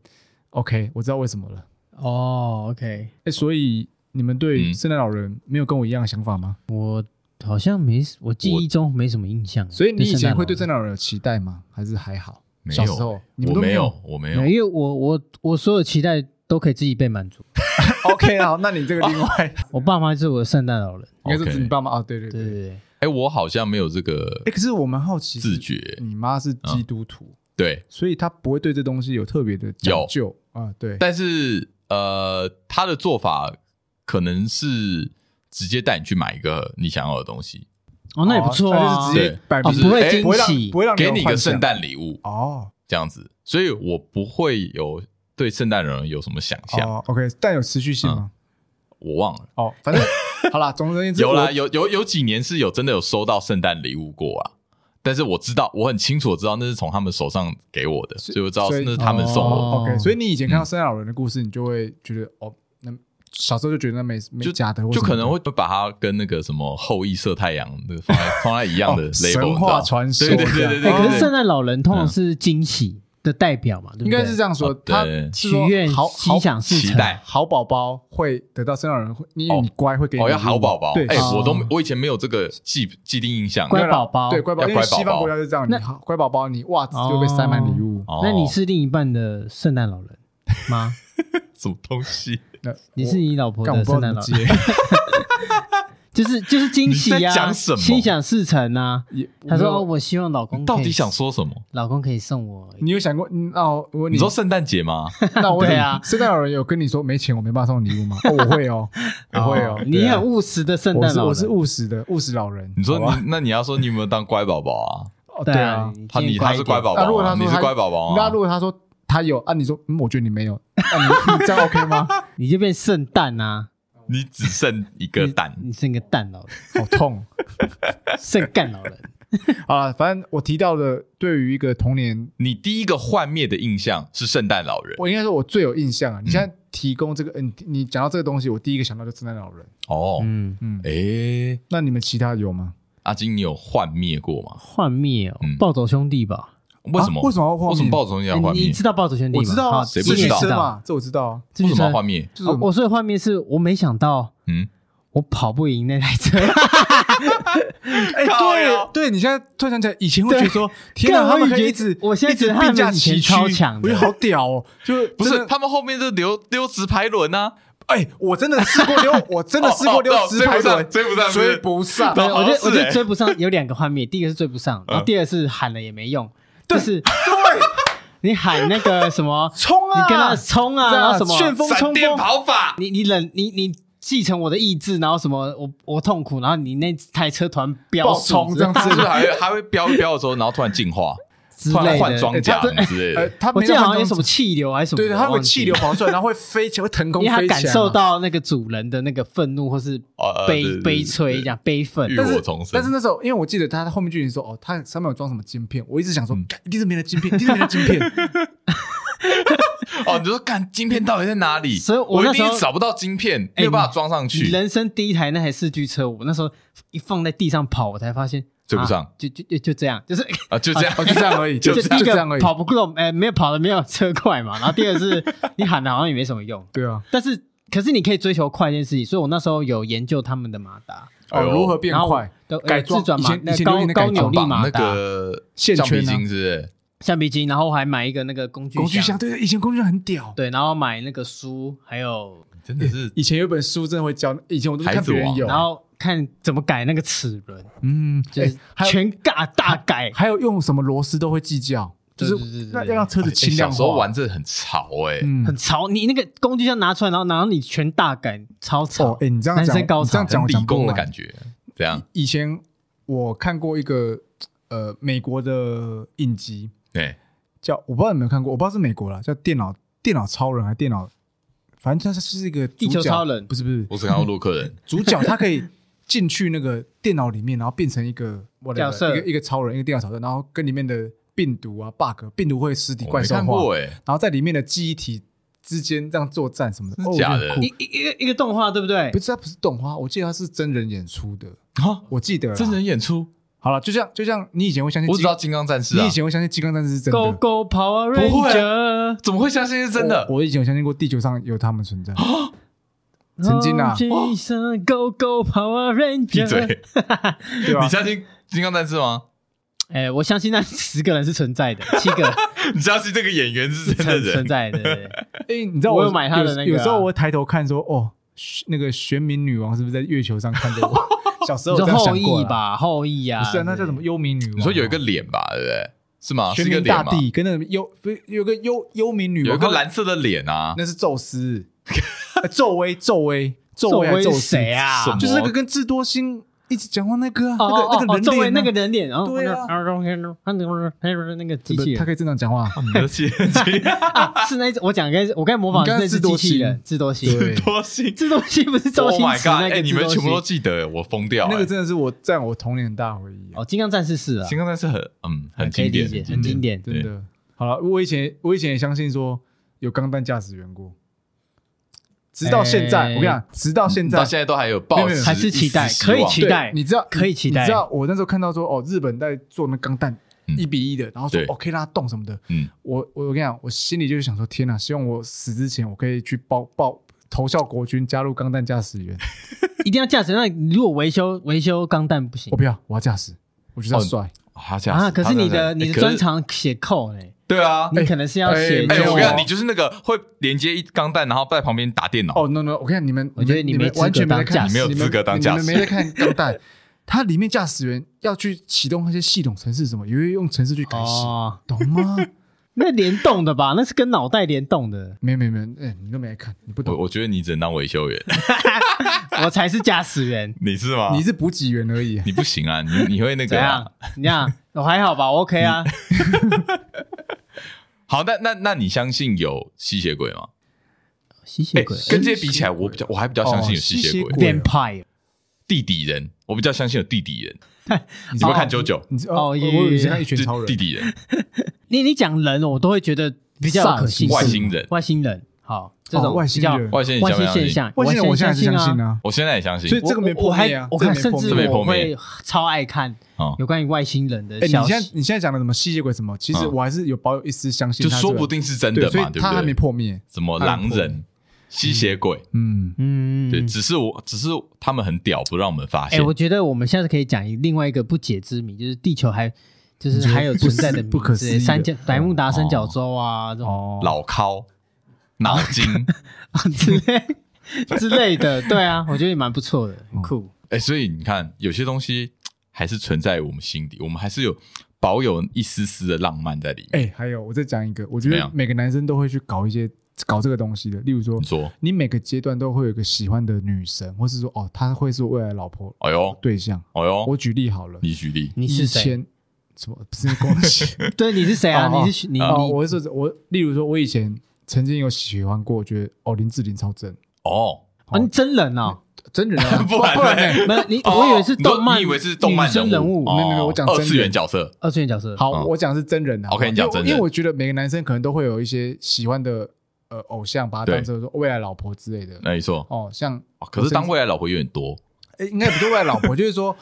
A: ，OK，我知道为什么了。
C: 哦，OK，
A: 哎，所以你们对
B: 嗯
A: 圣诞老人没有跟我一样的想法吗？
C: 好像没，我记忆中没什么印象。
A: 所以你以前会对
C: 圣
A: 圣
C: 诞
A: 诞老人有期待吗？还是还好？
B: 没
A: 小时
B: 有，
A: 候你们
B: 我
A: 都
B: 没
A: 有
B: 有，我没
C: 老
B: 有
C: 人，因为我我我所有期待都可以自己被满足。
A: OK 好，那你这 个另外，
C: 我爸妈是我的圣诞老人，
A: 应该是
B: OK
A: 指你爸妈啊？对对
C: 对
A: 对。
C: 对对，
B: 哎，我好像没有这个
A: 哎，可是我蛮好奇，
B: 自觉，嗯
A: 你妈是基督徒，
B: 对，
A: 所以她不会对这东西有特别的讲究啊？对，
B: 但是呃，他的做法可能是直接带你去买一个你想要的东西，
C: 哦，那也不错啊，
A: 哦那就是直接摆
C: 哦
A: 明
B: 就是
C: 不会
B: 哎
C: 惊
A: 不会
C: 喜
A: 让不会让
B: 给你
A: 你
B: 一
A: 有幻
B: 个
A: 想
B: 圣诞礼物
A: 哦
B: 这样子，所以我不会有对圣诞人有什么想象，
A: 哦，OK，但有持续性吗？
B: 我忘了。
A: 哦，反正好啦，总而言之，
B: 嗯有啦，
A: 我
B: 有有有几年是有真的有收到圣诞礼物过啊，但是我知道，我很清楚地知道那是从他们手上给我的，所以我知道
A: 所以
B: 那是他们送我的。
A: 哦 OK，所以你以前看到
B: 嗯
A: 圣诞老人的故事，你就会觉得哦，那小时候就觉得那没没
B: 就
A: 假的，
B: 就可能会把它跟那个什么后羿射太阳那个放在放 在一样的
A: 哦
B: label，
A: 神话传说
B: 你知道对对对对对对
C: 哎，可
B: 对
C: 是圣诞老人通常是惊喜的代表嘛，对不对
A: 应该是这样说
B: 哦，对
A: 他是
C: 许
A: 说
C: 愿、
A: 好好
C: 心想事
B: 期
C: 成，
B: 待
A: 好宝宝会得到圣诞老人会，因为你乖会给你
B: 哦，要
A: 礼物
B: 好宝宝。
A: 对，
B: 哎、
C: 哦
B: 我都我以前没有这个既既定印象。
C: 乖
A: 没有啦
C: 宝宝
A: 对乖宝
B: 要
A: 宝，因为
B: 乖宝宝
A: 西方国家就这样，你
C: 那
A: 好乖宝宝，你袜子就被塞满礼物。
B: 哦
C: 那你是另一半的圣诞老人吗？
B: 什么东西？
A: 那我
C: 你是你老婆
A: 干我
C: 的
A: 不知道
C: 圣
A: 怎
C: 诞老
A: 么接
C: 人，， 就是就是惊喜
B: 你在
C: 呀、
B: 讲什么
C: 心想事成啊。
A: 也
C: 他说：“
A: 我
C: 哦
A: 没有
C: 我希望老公
B: 你到
C: 可
B: 底
C: 以
B: 想说什么？
C: 老公可以送我。
A: 你有想过，嗯那我问
B: 你
A: 你
B: 说，圣诞节吗？
A: 那我问
C: 对啊
A: 你，圣诞老人有跟你说没钱我没办法送礼物 吗？哦，我会哦，我会哦，
C: 你
A: 对啊
C: 很务实的圣
A: 我
C: 诞
A: 是
C: 老人。啊
A: 我是务实的务实老人。
B: 你说
A: 好吧
B: 你那你要说你有没有当乖宝宝啊？
A: 哦
C: 对
A: 对
C: 啊
A: 啊，，
B: 他你
C: 你
B: 他是乖宝
A: 那如
B: 宝
A: 果
B: 吗，
A: 他
B: 你
A: 说
B: 是
A: 他
B: 乖宝宝
A: 那
B: 啊
A: 如？果他说他有啊，你说嗯，我觉得你没有，那你你这样 OK 吗？
C: 你就变圣诞啊，
B: 你只剩一个蛋。
C: 你是个蛋老人，
A: 好痛
C: 圣诞老人。
A: 啊！反正我提到的，对于一个童年
B: 你第一个幻灭的印象是圣诞老人
A: 我应该说，我最有印象啊！你现在提供这个，嗯，你你讲到这个东西，我第一个想到就是圣诞老人。
B: 哦。
C: 嗯，
A: 嗯，
B: 诶，
A: 那你们其他有吗？
B: 阿金，你有幻灭过吗？
C: 幻灭哦
B: 嗯，
C: 暴走兄弟吧？
B: 为什么？
A: 啊为什么要幻灭
B: 为什么暴走兄弟要幻
C: 你
B: 灭
C: 知？道暴走兄弟吗？
A: 我知道啊，
C: 好
B: 谁
A: 自
B: 不
A: 己
B: 知道
A: 生嘛，这我知道啊。
C: 自
B: 为
C: 己
B: 什么要幻
C: 生
B: 灭？
A: 就是
C: 哦，我所以幻灭是我没想到
B: 嗯，
C: 我跑不赢那台 车，
A: 哎，
B: 靠腰
A: 对对，你现在突然想起来，以前会觉得说，天哪，
C: 干
A: 他们
C: 我以
A: 可以
C: 前
A: 一直，
C: 我现在
A: 一直
C: 觉得他
A: 并
C: 们
A: 驾
C: 以前
A: 齐驱，
C: 超强的
A: 我觉得好屌哦！就是
B: 不
A: 真
B: 是，
A: 的
B: 他们后面是溜溜直排轮啊，
A: 哎，我真的试过溜，我真的试过溜
B: 哦哦哦
A: 直排轮，
B: 追不上
A: 追
B: 追
A: 不上。
B: 对
C: 对，
B: 好
C: 我
B: 像
C: 觉得
B: 是嗯
C: 我觉
B: 欸
C: 得追不上有两个画面，第一个是追不上，然后第二个是喊了也没用，就是你喊那个什么
A: 冲啊
C: 你跟他冲啊，
A: 对啊
C: 然后什么
A: 旋风
B: 闪
A: 冲
B: 电
A: 锋
B: 跑法，
C: 你你忍你你继承我的意志，然后什么我我痛苦，然后你那台车团飙
A: 爆
C: 速
A: 冲这样
B: 是
A: 子
B: 不是还 会还会飙一飙的时候，然后突然进化，
C: 之
B: 突然
C: 类
B: 换
C: 的。
B: 装甲
A: 哎他
B: 之类
A: 呃
B: 的？，
A: 他
C: 我
A: 没
C: 记得
A: 有
C: 好像有
A: 那
C: 什
A: 种
C: 么气流还是什么，
A: 对，他
C: 我
A: 会
C: 忘记
A: 气流
C: 了，
A: 跑出来，然后会飞起来，会腾空
C: 因为他
A: 飞啊
C: 感
A: 起来
C: 受
A: 嘛。
C: 到那个主人的那个愤怒或是
B: 哦呃对
C: 悲
B: 对对
C: 悲催，这样悲愤
B: 欲。
A: 但是
B: 火重生
A: 呃但是那时候，因为我记得他后面剧情说，哦，他上面有装什么晶片，我一直想
B: 嗯
A: 说，干一定是没了晶片，一定是没了晶 片。
B: 哦，你就说看晶片到底在哪 里？
C: 所以我
B: 我一
C: 那时
B: 定
C: 候
B: 找不到晶片，
C: 哎
B: 没有办法装上去。
C: 人生第一台那台四驱车，我那时候一放在地上跑，我才发现
B: 追不上
C: 啊就就就就这样，就是
B: 啊，就这样
A: 哦，就这 样而已，
B: 就
A: 就
C: 第一
A: 这样而
C: 个
A: 已。
C: 跑不动，哎，没有跑的没有车快嘛。然后第二个是 你喊的好像也没什么用，
A: 对啊，
C: 但是可是你可以追求快这件事情，所以我那时候有研究他们的马达，
B: 哎
A: 哦，
B: 呦
A: 如何变
C: 然后
A: 快？
C: 的
A: 改装
C: 自转
A: 以
C: 马
A: 前
C: 那
A: 以前流
C: 高
A: 行的
C: 高
A: 改
C: 扭
A: 装
C: 力
B: 绑
C: 马
B: 那
C: 达、
B: 个
A: 线
B: 橡皮
A: 圈啊
B: 筋，是不是？
C: 橡皮筋，然后我还买一个那个工具
A: 工具箱，对，啊以前工具箱很屌。
C: 对，然后买那个书，还有
B: 真的是
A: 以前有本书真的会教，以前我都是
B: 孩
A: 看
B: 子
A: 别人
B: 王
A: 有。
C: 然后看怎么改那个齿轮，
A: 嗯，
C: 就
A: 哎
C: 是
A: 还有
C: 全尬大改，
A: 还有用什么螺丝都会计较，就
C: 对对对
A: 是
C: 对
A: 那
C: 对
A: 要让车子
B: 哎
A: 轻
B: 小
A: 量化。
B: 时候玩这很潮哎，
A: 嗯
C: 很潮。你那个工具箱拿出来，然后然后你全大改，超潮。
A: 哦，哎，你这样
C: 男
A: 讲，
C: 生高
A: 你这
C: 潮
A: 样讲，
B: 很
A: 我
B: 理
A: 讲
B: 工的
A: 觉。
B: 感觉，这样
A: 以前我看过一个呃美国的影集，
B: 对，
A: 叫我不知道你有没有看过，我不知道是美国啦，叫电脑电脑超人还是电脑，反正它是一个主角
C: 地球超人
A: 不是不是
B: 我只看过洛克 人，
A: 主角，他可以进去那个电脑里面，然后变成一个 whatever，
C: 角色
A: 一个一个超人，一个电脑超人，然后跟里面的病毒啊 bug，病毒会实体
B: 我
A: 怪
B: 没
A: 兽
B: 看
A: 化，
B: 过哎，
A: 然后在里面的记忆体之间这样作战什么的，
B: 真的
A: 哦，
B: 假
A: 我
B: 的欸
A: 觉得很
C: 一
A: 酷
C: 一一个一个动画，对不对
A: 不？是它不是动画，我记得它是真人演出的，
B: 啊，
A: 我记得啦
B: 真人演出，
A: 好了，就像就像你以前会相信金，
B: 我只知道金刚战士啊
A: 你以，前会相信金刚战士是真的。
C: Go Go Power
B: 不会
C: Ranger，
B: 怎么会相信是真的？哦
A: 我，我以前有相信过地球上有他们存在。曾经啊
C: 哦今生 Go Go Power Ranger，
B: 闭嘴！！
A: 对吧
B: 你相信金刚战士吗？
C: 哎，我相信那十个人是存在的，七个
B: 你相信这个演员是真的
C: 存存
B: 人？
C: 在的，对对对
A: 因为你知道
C: 我
A: 我
C: 有买他的那个啊
A: 有，有时候我会抬头看说，哦，嘘那个玄冥女王是不是在月球上看着我？小时候
C: 你说
A: 有这样
C: 后
A: 想过
C: 羿
A: 啦，
C: 吧，后羿啊，
A: 不是啊，那叫什么幽冥女王？
B: 你说有一个脸吧，对不对？是吗？是
A: 玄
B: 一个
A: 冥
B: 脸
A: 大
B: 吗？
A: 帝跟那个幽，不是有个幽幽冥女王，
B: 有一个
A: 她
B: 蓝色的脸啊，
A: 那是宙斯，呃纣威，纣威，纣
C: 纣
A: 威还
C: 威
A: 是宙
C: 是
A: 斯？
C: 谁啊
B: 什么？
A: 就是那个跟智多星一直讲话那个啊，
C: 哦哦
A: 那个
C: 哦，
A: 那
C: 周
A: 个
C: 围
A: 人
C: 那
A: 脸
C: 个
A: 啊，
C: 人脸，然后
A: 对啊
C: 那个机
A: 不
C: 器
A: 是他
C: 人
A: 可以正常讲话，
B: 你的眼 睛
C: 啊，是那一种我讲该我刚才模仿的是那只机器人，智多星，
A: 对
B: 多 星。
C: 智多星不是周
B: Oh
C: 星
B: my
C: 驰那
B: god！
C: 个
B: 哎，
C: 智多
B: 你
C: 星？
B: 们全部都记得，我疯掉。
A: 那
B: 哎
A: 个真的是我占我童年很大回忆啊。
C: 哦，金刚战士是啊
B: 金，刚战士很嗯很
C: 可以
B: 经
C: 理
B: 典，
C: 解，很经典。
A: 真的。好了，我以前我以前也相信说有钢弹驾驶员过，直到现在，
C: 哎嗯
A: 我跟你讲，直到现在
B: 嗯到现在都还有抱
A: 没有没
B: 持
A: 有
C: 还是期待
B: 一丝希望
C: 可以期
A: 对
C: 待
A: 你知道
C: 可以期待
A: 你知道我那时候看到说哦，日本在做那钢弹
B: 嗯
A: 一比一的，然后说
B: 对
A: 哦可以让它动什么的，
B: 嗯，
A: 我我我跟你讲，我心里就是想说天哪，希望我死之前我可以去报报投效国军，加入钢弹驾驶 员。
C: 一定要驾驶。那你如果维修维修钢弹不行
A: 我不要，我要驾驶，我就是要
B: 哦
A: 帅。
B: 他这样
C: 啊，可是你的
B: 哎
C: 你
B: 可
C: 的
B: 是
C: 专长写扣嘞，
B: 对啊，
C: 你可能是要
B: 哎，
C: 写
A: 没有
B: 我跟
A: 哦
B: 你讲，你就是那个会连接一钢弹，然后在旁边打电脑。
A: 哦，no no，我跟你讲，你们，
C: 我觉得
A: 你
C: 你
A: 们
C: 没
A: 你
C: 资
A: 们完全
C: 格
A: 没在
C: 当驾
A: 看，
C: 驶
B: 你没有资格当驾驶
A: 你们没在看钢弹。它里面驾驶员要去启动那些系统程式什么，也会用程式去改写，
C: 哦，
A: 懂吗？
C: 那联动的吧？那是跟脑袋联 动的，
A: 没有没有没有，哎、你都没在看，你不
B: 我
A: 懂，
B: 我觉得你只能当维修员，。
C: 我才是驾驶员
B: 你是吗？
A: 你是补给员而已。
B: 你不行啊，你你会那
C: 怎
B: 个啊、嗯
C: 样？你看我还好吧我？OK 啊，
B: 好，那那那你相信有吸血鬼吗？
C: 吸血
B: 哎、
C: 鬼
B: 跟这些比起来，我比较我还比较相信有吸血
A: 哦吸血
B: 鬼、
A: 鬼
C: Vampire
B: 地底人，我比较相信有地底 人。你有没有看九九？
A: 你知
C: 哦
A: 哦，我
C: 耶
A: 以前看哦一拳
B: 就
A: 超人
B: 地，底 人，
C: 你你讲人，我都会觉得比较有可信性
B: 外星人，
C: 外星人，好，这种
A: 哦外
C: 比
A: 星
C: 较
A: 人
B: 外星人
C: 外
B: 相不
C: 星
B: 相
C: 现
B: 信
C: 象，
A: 外星人我现在还是相信
C: 啊。
A: 啊，
B: 我现在也相信
A: 所以。这个没
C: 我
A: 破
C: 我还
A: 灭啊，
C: 我
A: 这个
C: 看
A: 没
C: 甚
A: 破
C: 至
A: 灭
B: 这没破
C: 我
B: 灭
C: 会超爱看
B: 哦
C: 有关于外星人的
A: 哎、
C: 消
A: 你现在
C: 息。
A: 你现在讲的什么吸血鬼什么，其实
B: 嗯
A: 我还是有保有一丝相信
B: 就
A: 它这个，
B: 说不定是真的
A: 啊对，
B: 嘛，
A: 所以
B: 对
A: 它还
B: 不
A: 没
B: 对？
A: 破灭。
B: 什么
A: 它还没
B: 狼
A: 破
B: 人、吸血鬼，
A: 嗯，
C: 嗯，
B: 对，只是我，只是他们很屌，不让我们发
C: 哎、
B: 现。
C: 我觉得我们下次可以讲一另外一个不解之谜，就是地球还就是还有存在的谜
A: 不可
C: 之
A: 思
C: 类
A: 议的
C: 三角百慕达三角
B: 哦
C: 洲啊、这种
A: 哦，
B: 老尻、脑 筋，
C: 之类之类的，对啊，我觉得也蛮不错的，很酷。
B: 哎、所以你看，有些东西还是存在我们心底，我们还是有保有一丝丝的浪漫在里面。
A: 哎、还有我再讲一个，我觉
B: 怎么
A: 得
B: 样
A: 每个男生都会去搞一些搞这个东西的，例如说
B: 你，说，
A: 你每个阶段都会有一个喜欢的女神，或是说哦，她会是未来老婆
B: 哎呦，
A: 对象。
B: 哎呦，
A: 我举例好了，
B: 你举例，
C: 你是
A: 以
C: 谁？
A: 前什么不是恭喜
C: 对，你是谁啊？
A: 哦哦
C: 你是 你、
A: 哦，
C: 你
A: 我是说我，例如说，我以前曾经有喜欢过，觉得哦，林志玲超正，
B: 哦，，
C: 哦，你真人 哦，
A: 真人啊
B: 不然
A: 不然呢？
C: 没有你，
B: 哦
C: 我以为是动漫，
B: 你以为是动漫
C: 女生人
B: 人
C: 物，
B: 哦
A: 没有没有我讲真
B: 二
A: 人
B: 次元角色，
C: 二次元角色。
A: 好，
B: 哦
A: 我讲的是真人啊。
B: OK，
A: 好
B: 你讲
A: 因为
B: 真人
A: 因为我觉得每个男生可能都会有一些喜欢的呃偶像，把他当成说未来老婆之类的。
B: 那你说，
A: 哦，像
B: 哦可是当未来老婆有点多
A: 诶应该不是未来老婆，就是说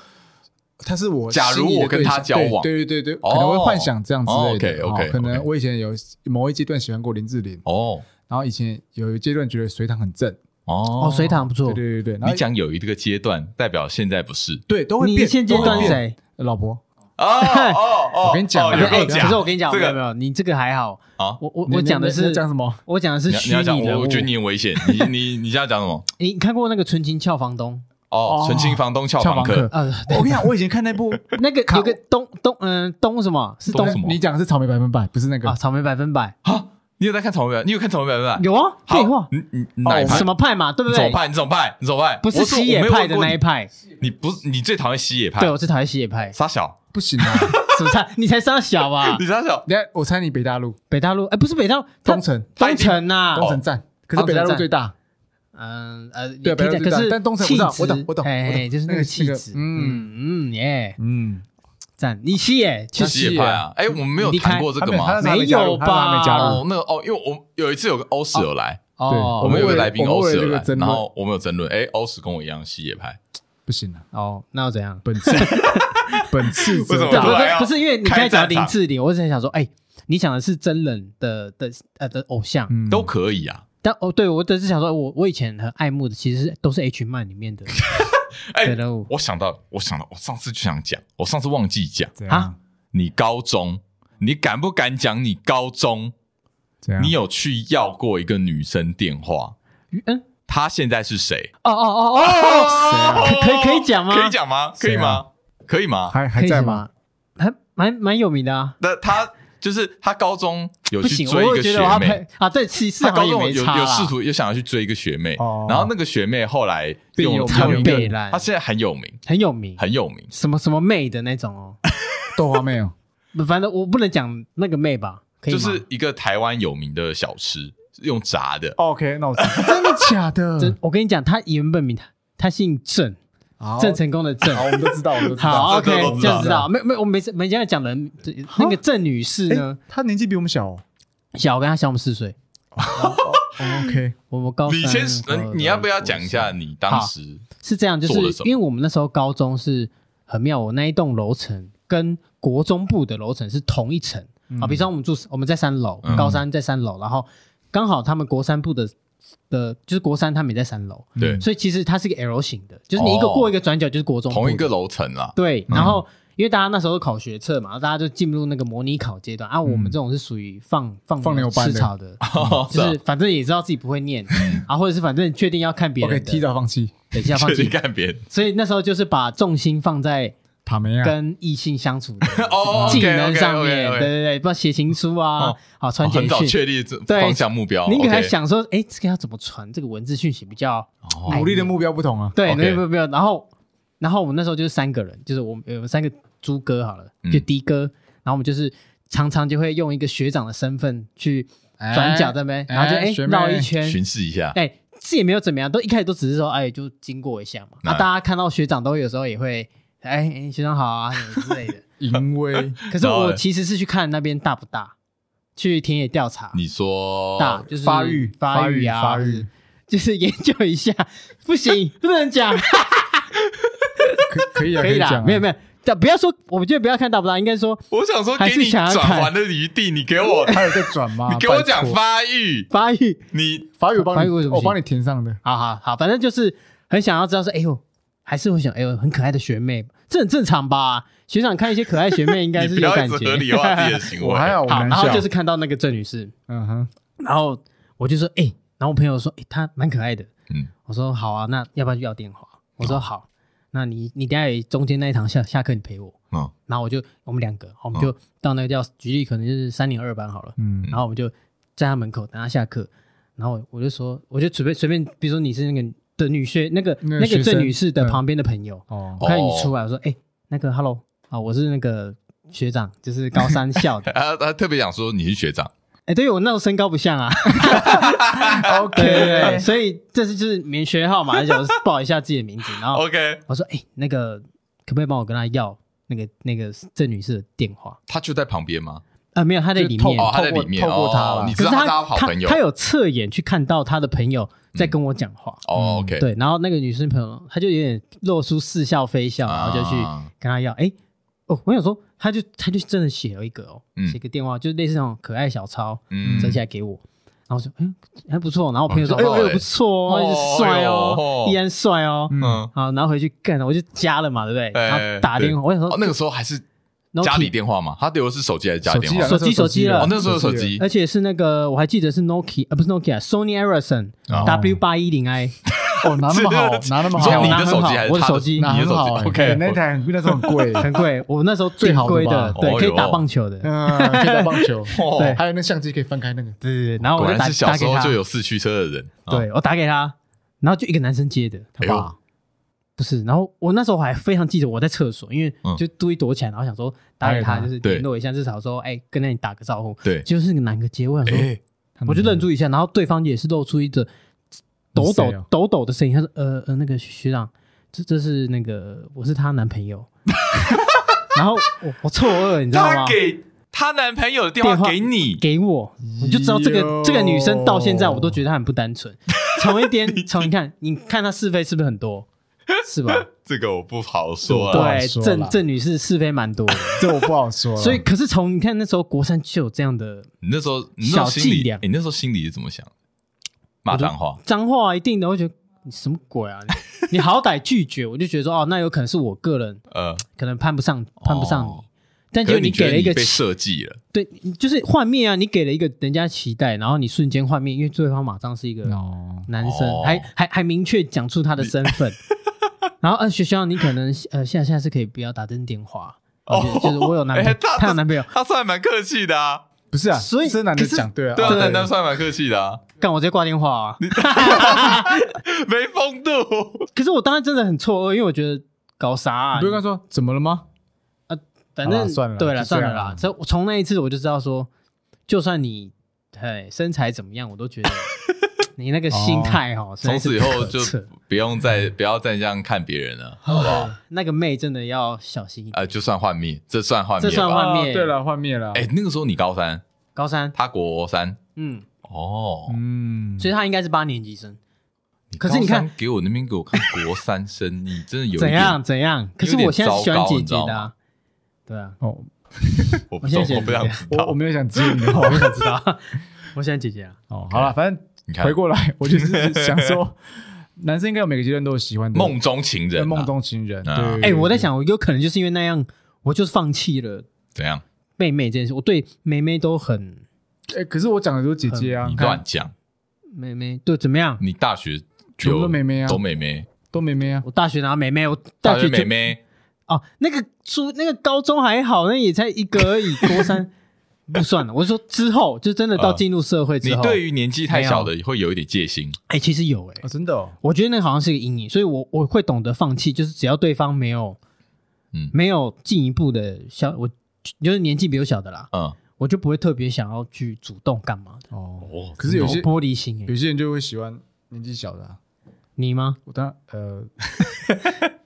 A: 他是我
B: 假如
A: 心仪的
B: 我跟他
A: 对象
B: 交往
A: 对对对对，
B: 哦
A: 可能会幻想这样之类的。
B: 哦，OK，OK，
A: 哦可能
B: OK
A: 我以前有某一阶段喜欢过林志玲，
B: 哦
A: 然后以前有一阶段觉得隋唐很正，
B: 哦
C: 哦，隋，唐不错
A: 对，对对对，然后
B: 你讲有一个阶段，代表现在不是
A: 对都会
C: 你
A: 变。
C: 现阶
A: 都会
C: 段
A: 变
C: 谁？
A: 老婆，
B: 哦哦哦
A: 我跟你讲
B: 哦
A: 啊
B: 有
C: 哎
B: 够
C: 可
B: 假
C: 是我跟你讲，
B: 这
C: 没
B: 个
C: 有没有，你这个还好。
B: 啊！
C: 我我
A: 你
C: 我讲的
A: 你你
C: 是
A: 要讲什么？
C: 我讲的是
B: 你要你
C: 虚
B: 要讲
C: 拟人
B: 我，
C: 物
B: 我。觉得你很危险。你你你这样讲什么？
C: 你看过那个《纯情俏房东
B: 哦，
A: 哦
B: 纯情房东俏
A: 俏
B: 房
A: 房
B: 客
A: 客，
C: 呃，
A: 我跟你讲，我以前看那 部，
C: 那个
A: 卡
C: 有个东东嗯东什么是
B: 东
C: 东
B: 什么
A: 你讲的是草莓百分百，不是那个
C: 啊？草莓百分百
B: 啊！你有在看草莓版？你有看草莓版吗？
C: 有啊？
B: 好
C: 废话，哦
B: 你你你哪
A: 哎
B: 一派
C: 什？么派嘛？对不
B: 你走
C: 对？
B: 派，你走派，你走派，
C: 不是
B: 我说
C: 西
B: 我
C: 野
B: 没有
C: 派
B: 问
C: 的
B: 过
C: 那一派，
B: 你，你不是你最讨厌西野派？
C: 对我最讨厌西野派。
B: 傻小，
A: 不行啊！
C: 什么菜？你才三小 啊
B: 你！傻小，
A: 等一下我猜你北大路
C: 北大陆哎，不是北大陆，它
A: 东城
C: 东城
B: 啊
C: 呐。
A: 东城
B: 哦
A: 站，可是北大
C: 东城
A: 路
C: 站
A: 最大，
C: 嗯呃，
A: 对
C: 也可以
A: 北大陆
C: 讲可
A: 知
C: 是
A: 道但东城我知道
C: 气质
A: 我懂我懂
C: 哎
A: 我懂
C: 哎就是
A: 那
C: 那
A: 个
C: 个气
A: 那个
C: 质，
A: 嗯
C: 嗯嗯耶，
A: 嗯，
C: 赞！你西野去
A: 那
B: 西野派啊！哎，我们没有
C: 你离开
B: 谈过这个吗
A: 他？没他没加入
C: 没有吧
A: 他没加入
B: 哦，那个哦，因为我有一次有个欧史有来，
A: 对
C: 哦，
B: 我们有个
A: 为了
B: 来宾
A: 我们
B: 欧
A: 为
B: 史
A: 了
B: 有
A: 这个
B: 来，
A: 争
B: 然
A: 论
B: 后我们有争论，哎，欧史跟我一样西野派，
A: 不行啊！
C: 哦，那又怎 样？
A: 本次本次
B: 为什么
C: 对
A: 折
C: 啊，
B: 突然要
C: 不是不是因为你刚才
B: 哦开
C: 讲
B: 战场
C: 林志玲，我只是想说，哎，你讲的是真人的的呃的偶像，
A: 嗯
B: 都可以啊。
C: 但哦，对我只是想说，我我以前很爱慕的其实是都是 H man 里面 的
B: 哎
C: 的人物
B: 我想到，我想到，我上次就想讲，我上次忘记讲，
A: 怎
C: 啊
A: 样？
B: 你高中，你敢不敢讲你高中，
A: 怎样？
B: 你有去要过一个女生电话？
C: 嗯，
B: 她现在是谁？
C: 哦哦哦哦哦，
A: 啊
C: 可可以可以讲吗
B: 可以讲吗？可以
A: 谁啊
B: 吗？可以吗？
A: 还还
C: 可以
A: 在
C: 什
A: 吗？
C: 么？还蛮蛮有名的啊。
B: 那她就是她高中有
C: 不
B: 去
C: 行，
B: 追
C: 我
B: 一
C: 也
B: 个
C: 觉
B: 学
C: 得我要
B: 妹
C: 配，啊，对，其实
B: 她
C: 好像
B: 高中
C: 也没
B: 有
C: 差
B: 有
C: 啦
B: 试图又想要去追一个学妹，
A: 哦
B: 然后那个学妹后来
A: 变
B: 用
A: 有
B: 她
A: 名
B: 用一个
C: 变烂
B: 她现在很有名，
C: 很有名，
B: 很有名。
C: 什么什么妹的那种哦。
A: 豆花妹哦，
C: 不反正我不能讲那个妹吧，可以
B: 就
C: 吗？
B: 是一个台湾有名的小吃，用炸的。
A: OK，那我 真的假的？
C: 这我跟你讲，他原本名他姓郑，
A: 好
B: 哦
C: 郑成功的郑
A: 好，。我们都知道，我们都知
C: 好
A: 道。
B: 这都
C: ，OK，
B: 知道
C: 这样知道。没没，我没事没这样讲人。这那个郑女士呢
A: 哎，，她年纪比我们小哦。
C: 小，我跟她小我们四岁。嗯
A: 哦 OK，
C: 我们高三
B: 你先嗯
C: 高，二
B: 你要不要讲一下
C: 高三
B: 你当时？
C: 是这样，就是
B: 做了什么
C: 因为我们那时候高中是很妙，我那一栋楼层跟国中部的楼层是同一层啊。比如说我们住我们在三楼
B: 嗯，
C: 高三在三楼，然后刚好他们国三部的的，就是国三他们也在三楼，
B: 对，
A: 嗯
C: 所以其实它是一个 L 型的，就是你一个
B: 哦
C: 过一个转角就是国中部的
B: 同一个楼层啦。
C: 对，
B: 嗯
C: 然后因为大家那时候考学测嘛，大家就进入那个模拟考阶段啊。我们
B: 嗯
C: 这种是属于放放
A: 放牛班
C: 吃
A: 的
C: 草的，
B: 哦
C: 嗯
B: 嗯
C: 就是是
B: 啊
C: 反正也知道自己不会念啊，或者是反正确定要看别
A: 我可以
C: 人
A: 提
C: 的，
A: 早放弃
C: 等一下放
B: 确定
C: 弃。
B: 干别人
C: 所以那时候就是把重心放在
A: 塔梅亚，
C: 跟异性相处的
B: 啊哦
C: 技能上面，对
B: OK，OK，OK，OK
C: 对对，不知道写情书啊
B: 哦，
C: 好传
B: 哦
C: 简
B: 很早
C: 讯，
B: 确立这
C: 对
B: 方向目标，
C: 你可
B: OK
C: 能还想说，哎，这个要怎么传？这个文字讯息比较
B: 哦
A: 努力的目标不同啊。
C: 对，
B: OK
C: 没有没有没有。然后，然后我们那时候就是三个人，就是我们我们三个猪哥好了，
B: 嗯
C: 就的哥，然后我们就是常常就会用一个学长的身份去转角这边，
A: 哎
C: 然后就哎
A: 学妹
C: 绕一圈，
B: 巡视一下。
C: 哎，这也没有怎么样，都一开始都只是说哎就经过一下嘛。那
B: 嗯
C: 大家看到学长都有时候也会哎哎学长好啊什么之类 的。
A: 淫威，
C: 可是
B: 然后
C: 我
B: 嘞
C: 其实是去看那边大不大，去田野调查。
B: 你说
C: 大就是
A: 哦发育
C: 发育啊，
A: 发育
C: 或者
A: 发育
C: 就是研究一下，不行，不能讲，
A: 可可以啊，
C: 可
A: 以
C: 以
A: 讲
C: 啦
A: 啊，，
C: 没有没有，但不要说，我觉得不要看大不大，应该说
B: 我想说
C: 还
B: 给
C: 是
B: 你
C: 想要
B: 转
C: 看啊
B: 圜的余地，你给 我，
A: 他有在转吗？
B: 你给我讲
A: 拜托
B: 发育，
C: 发育，
B: 你
A: 法语，我帮
C: 法语
A: 你，哦
C: 为什么不
A: 我
C: 行
A: 帮你填上的。
C: 好好好，反正就是很想要知道说，哎呦，还是会想，哎呦，很可爱的学妹，这很正常吧？学长看一些可爱学 妹，应该
B: 你
C: 是
B: 不
C: 有
B: 要
C: 感
B: 一直
C: 觉。
B: 合理化 自己的行
A: 我还
B: 为。
A: 好，我
C: 好，
A: 难
C: 然后
A: 笑
C: 就是看到那个郑女士，
A: 嗯哼，
C: 然后我就说，哎、然后我朋友说，哎、她蛮可爱的，
B: 嗯，啊
C: 我说好啊，那要不要去要电话？我说好，那你你等下也中间那一堂下下课你陪我，
B: 嗯，
C: 然后我就我们两个，我们
B: 哦
C: 就到那个叫举例可能就是三零二班好了，
A: 嗯，
C: 然后我们就在他门口等他下课，然后我就说，我就随便随便，比如说你是那个的女学那个
A: 那
C: 那
A: 个
C: 个
A: 学
C: 郑
A: 生
C: 女士的
A: 嗯
C: 旁边的朋友，
A: 哦
C: 我看你出来，我说哎、那个 hello 啊，我是那个学长，就是高三校 的，
B: 他他特别想说你是学长，
C: 哎，对我那时候身高不 像啊，
A: 嗯
C: 对对对，
A: ，OK，
C: 所以这是就是免学号嘛，而且我是报一下自己的名字，然后
B: OK，
C: 我说哎、那个可不可以帮我跟他要那个那个郑女士的电话？
B: 他就在旁边吗？
C: 呃，没有，他在里
A: 就透
C: 面
A: 过
B: 哦，他在里面
A: 透过
B: 哦
A: 他啦
B: 你知道
C: 可是
B: 他是
C: 他
B: 好朋友
C: 他有侧眼去看到他的朋友在跟我讲话，
B: 哦，OK，
C: 嗯对，然后那个女生朋友她就有点露出似笑非笑，然后就去
B: 啊
C: 跟他要，哎、哦，我想说，他就他就真的写了一个哦，
B: 嗯
C: 写、个电话，就类似那种可爱小抄，
B: 嗯
C: 折起来给我。然后我说，嗯，还不错。然后我朋友说，
B: 哦
C: 哎
B: 这
C: 呦，
B: 好
C: 哎呦
B: 欸
C: 不错
B: 哦
C: 哦，一直帅
B: 哎
C: 哦，
B: 呦
C: 依然帅哦。
B: 嗯，
C: 好，然后回去干，我就加了嘛，对不对？
B: 哎
C: 然后打电话，
B: 对
C: 我想说
B: 哦，那个时候还是
C: 然后
B: 家里
C: 挺
B: 电话嘛，他留的是手机还是家里电话？
A: 啊
C: 手机
A: 那时候
C: 手机了
B: 哦，那时候有手
A: 了
B: 机
C: 而且是那个，我还记得是 Nokia，呃，不是 Nokia，Sony Ericsson
A: 哦
C: W 八一零 I，
A: 哦，拿那 么好，拿那么
B: 你说
A: 好，
B: 你
C: 拿
B: 的
C: 很
B: 手
C: 啊好
B: 机还是
C: 我的
B: 他
C: 手机啊
B: 你
A: 拿
B: 的
A: 很
B: 手机
A: 好欸
B: ？OK，
A: 那一台很贵，那时候很 贵，
C: 很 贵。我那时候最
A: 最好的
C: 贵
A: 吧
C: 的，对，
B: 哦
C: 可以
B: 哟
C: 打棒球的。
A: 嗯，可以打棒 球，
B: 哦
C: 对
A: 还有那相机可以翻开那个，
C: 对对对，然后
B: 果
C: 我就
B: 然
C: 打
B: 是小
C: 打
B: 时
C: 给
B: 候
C: 他，
B: 就有四驱车的人。哦，
C: 对我打给他，然后就一个男生接的，他
B: 哎呦
C: 爸、不是，然后我那时候还非常记得我在厕所，因为
B: 嗯
C: 就故意躲起来，然后想说打给他
A: 打给他
C: 就是
B: 对
C: 联络一下，至少说哎跟那里打个招呼，
B: 对，
C: 就是个男的接，我想说、
B: 哎，
C: 我就愣住一下，然后对方也是露出一个抖抖
A: 你是谁啊
C: 抖抖的声音，他说呃呃那个学长，这这是那个我是她男朋友， 然后我我错愕，你知道吗
B: 她？给她男朋友的电
C: 电话
B: 话给你，
C: 给我，你就知道这
A: 哟
C: 个这个女生到现在我都觉得她很不单纯。从一边从你看，你看她是非是不是很多？是吧？
B: 这个我不好说
A: 不
B: 啊。
A: 好
C: 对，
A: 说啦
C: 郑郑女士是非蛮多的，
A: 这我不好说了，
C: 所以可是从你看那时候国三就有这样的
B: 你那时候，你那时候心
C: 小伎
B: 里，
C: 俩
B: 哎你那时候心里是怎么想的？骂脏话，
C: 脏话，一定的，我就觉得你什么鬼啊？你你好歹拒绝，我就觉得说哦，那有可能是我个人
B: 呃，
C: 可能攀不上攀不上你
B: 哦，
C: 但
B: 可
C: 就是你
B: 觉
C: 给
B: 得
C: 了
B: 你
C: 一个
B: 被
C: 期
B: 设计了，
C: 对，就是幻灭啊，你给了一个人家期待，然后你瞬间幻灭，因为对方马上是一个
A: 哦，
C: 男生，
B: 哦
C: 还还还明确讲出他的身 份。然后，呃，学校你可能呃下下次可以不要打这电话，
B: 哦
C: 哦、就是我有男朋 友，
B: 哎他
C: 他有男朋友，
B: 他算蛮客气的啊，
A: 不是啊，
C: 所以
A: 这男的
C: 可是
A: 讲对啊，
B: 对啊，
A: 哦
B: 男的算蛮客气的啊，
C: 干我直接挂电话、啊。
B: 没风 度。
C: 可是我当时真的很错愕，因为我觉得搞啥、啊
A: 你不，会跟他说怎么了吗？
C: 反
A: 好
C: 正
A: 啦算了啦
C: 对
A: 就
C: 了，
A: 这
C: 算
A: 样
C: 了啦。这我从那一次我就知道说，就算你哎身材怎么样，我 都觉得你那个心态哦，实在
B: 从此
C: 是
B: 以后
C: 不可
B: 就哦
C: 测
B: 不用再不要再这样看别人了
C: 那个妹真的要小心一点。
B: 啊，就算幻灭，这算幻
C: 这
B: 灭
C: 算
B: 吧。
C: 幻灭
A: 哦对了，幻灭了，
B: 哎，那个时候你高三，
C: 高三，
B: 他国三，
C: 嗯，
B: 哦，
A: 嗯，
C: 所以她应该是八年级生。可是
B: 高
C: 你
B: 三
C: 看，
B: 给我那边给我看国三生，你真的有一
C: 怎
B: 点
C: 样怎样？可是我现在是喜欢姐姐
B: 有点糟
C: 的、
B: 糕
C: 啊，对啊，
A: 哦，
B: 我不
C: 我现
B: 懂
C: 在，觉得
B: 我不想知
A: 我我
B: 道。
A: 没有想接 你的话，我想知道。
C: 我喜欢姐姐啊。
A: 哦，好了，反
B: 你
A: 正
B: 看
A: 回 过来，我就是想说，男生应该有每个阶段都有喜欢的
B: 梦中情人啊、
A: 呃梦中情人。对
B: 啊，
A: 对
C: 哎、我在，
A: 对
C: 想，我有可能就是因为那样，我就是放弃了
B: 怎样？
C: 妹妹这件事。我对妹妹都很
A: 对哎，可是我讲的都是姐姐啊，
B: 你
A: 看
B: 乱讲！
C: 妹妹，对怎么样？
B: 你大学有
A: 全部都妹妹啊
B: 都妹妹，
A: 都妹妹啊，
C: 我大学拿妹妹，我
B: 大
C: 学
B: 学
C: 就
B: 妹妹
C: 哦，那个初那个高中还好，那也才一个而已，高三 不算了。我是说之后，就真的到
B: 呃
C: 进入社会之
B: 你
C: 后，
B: 对于年纪太小的会有一点戒心，
C: 哎、其实有哎、
A: 哦，真的哦，
C: 我觉得那好像是个阴影，所以我我会懂得放弃，就是只要对方没有，
B: 嗯
C: 没有进一步的小，我就是年纪比我小的啦，
B: 嗯，
C: 我就不会特别想要去主动干嘛的。
A: 哦，
B: 哦，
A: 可是有些
C: 我玻璃心哎、
A: 有些人就会喜欢年纪小的啊。
C: 你吗？
A: 我当然呃，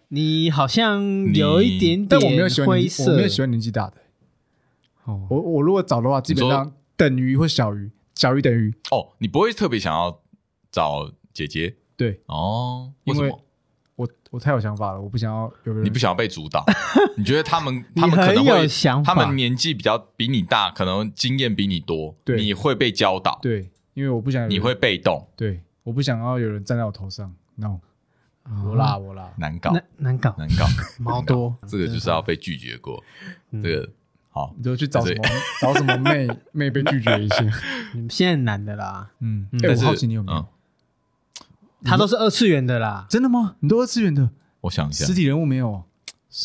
C: 你好像有一点点
A: 但我没有喜欢
C: 灰
A: 年纪，我
C: 色，
A: 没有喜欢年纪大的。
C: 哦，
A: 我我如果找的话，基本
B: 你
A: 上等于或小于，小于等于，
B: 哦，你不会特别想要找姐姐
A: 对
B: 哦？为
A: 因
B: 什
A: 为
B: 么？
A: 我我太有想法了，我不想要有人
B: 你不想要被 主导？你觉得他们
C: 你
B: 他们可能
C: 很有
B: 会
C: 想法
B: 他们年纪比较比你大，可能经验比你多，
A: 对
B: 你会被教导，
A: 对，因为我不想有人
B: 你会被动，
A: 对，我不想要有人站在我头上，no，我啦我啦，
B: 难搞，
C: 难难
A: 嗯
C: 搞，
B: 难 搞，
C: 毛多，
B: 这个就是要被拒绝过，
C: 嗯
B: 这个好
A: 你就去找
B: 所
A: 什
B: 以
A: 么 找什么妹妹被拒绝一些，
C: 你们现在男的啦，
A: 嗯，
C: 嗯
A: 哎，
B: 但
A: 我
B: 是
A: 好奇你有没有
B: 嗯？
C: 他都是二次元的啦，
A: 真的吗？你都二次元的，
B: 我想一下
A: 实，体人物没有哦，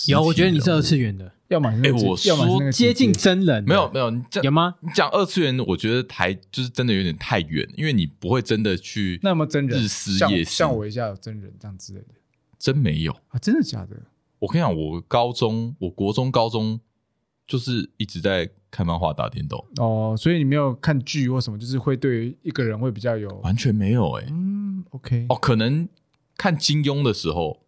C: 有，我觉得你
B: 实体
C: 是
B: 人
C: 二次元的，
A: 要么是那个
B: 哎
A: 姐
B: 我
A: 要么是那
B: 说
A: 个姐
C: 接
A: 姐
C: 近真人的
B: 没有没有，你这
C: 有吗？
B: 你讲二次元，我觉得还就是真的有点太远，因为你不会真的去，
A: 那么真人
B: 日思
A: 像
B: 夜思
A: 像我一下有真人这样之类的
B: 真没有。
A: 啊，真的假的？
B: 我跟你讲，我高中，我国中、高中就是一直在看漫画、打电动，
A: 哦，所以你没有看剧或什么，就是会对一个人会比较有，嗯
B: 完全没有哎、
A: 嗯，OK，
B: 哦，可能看金庸的时候，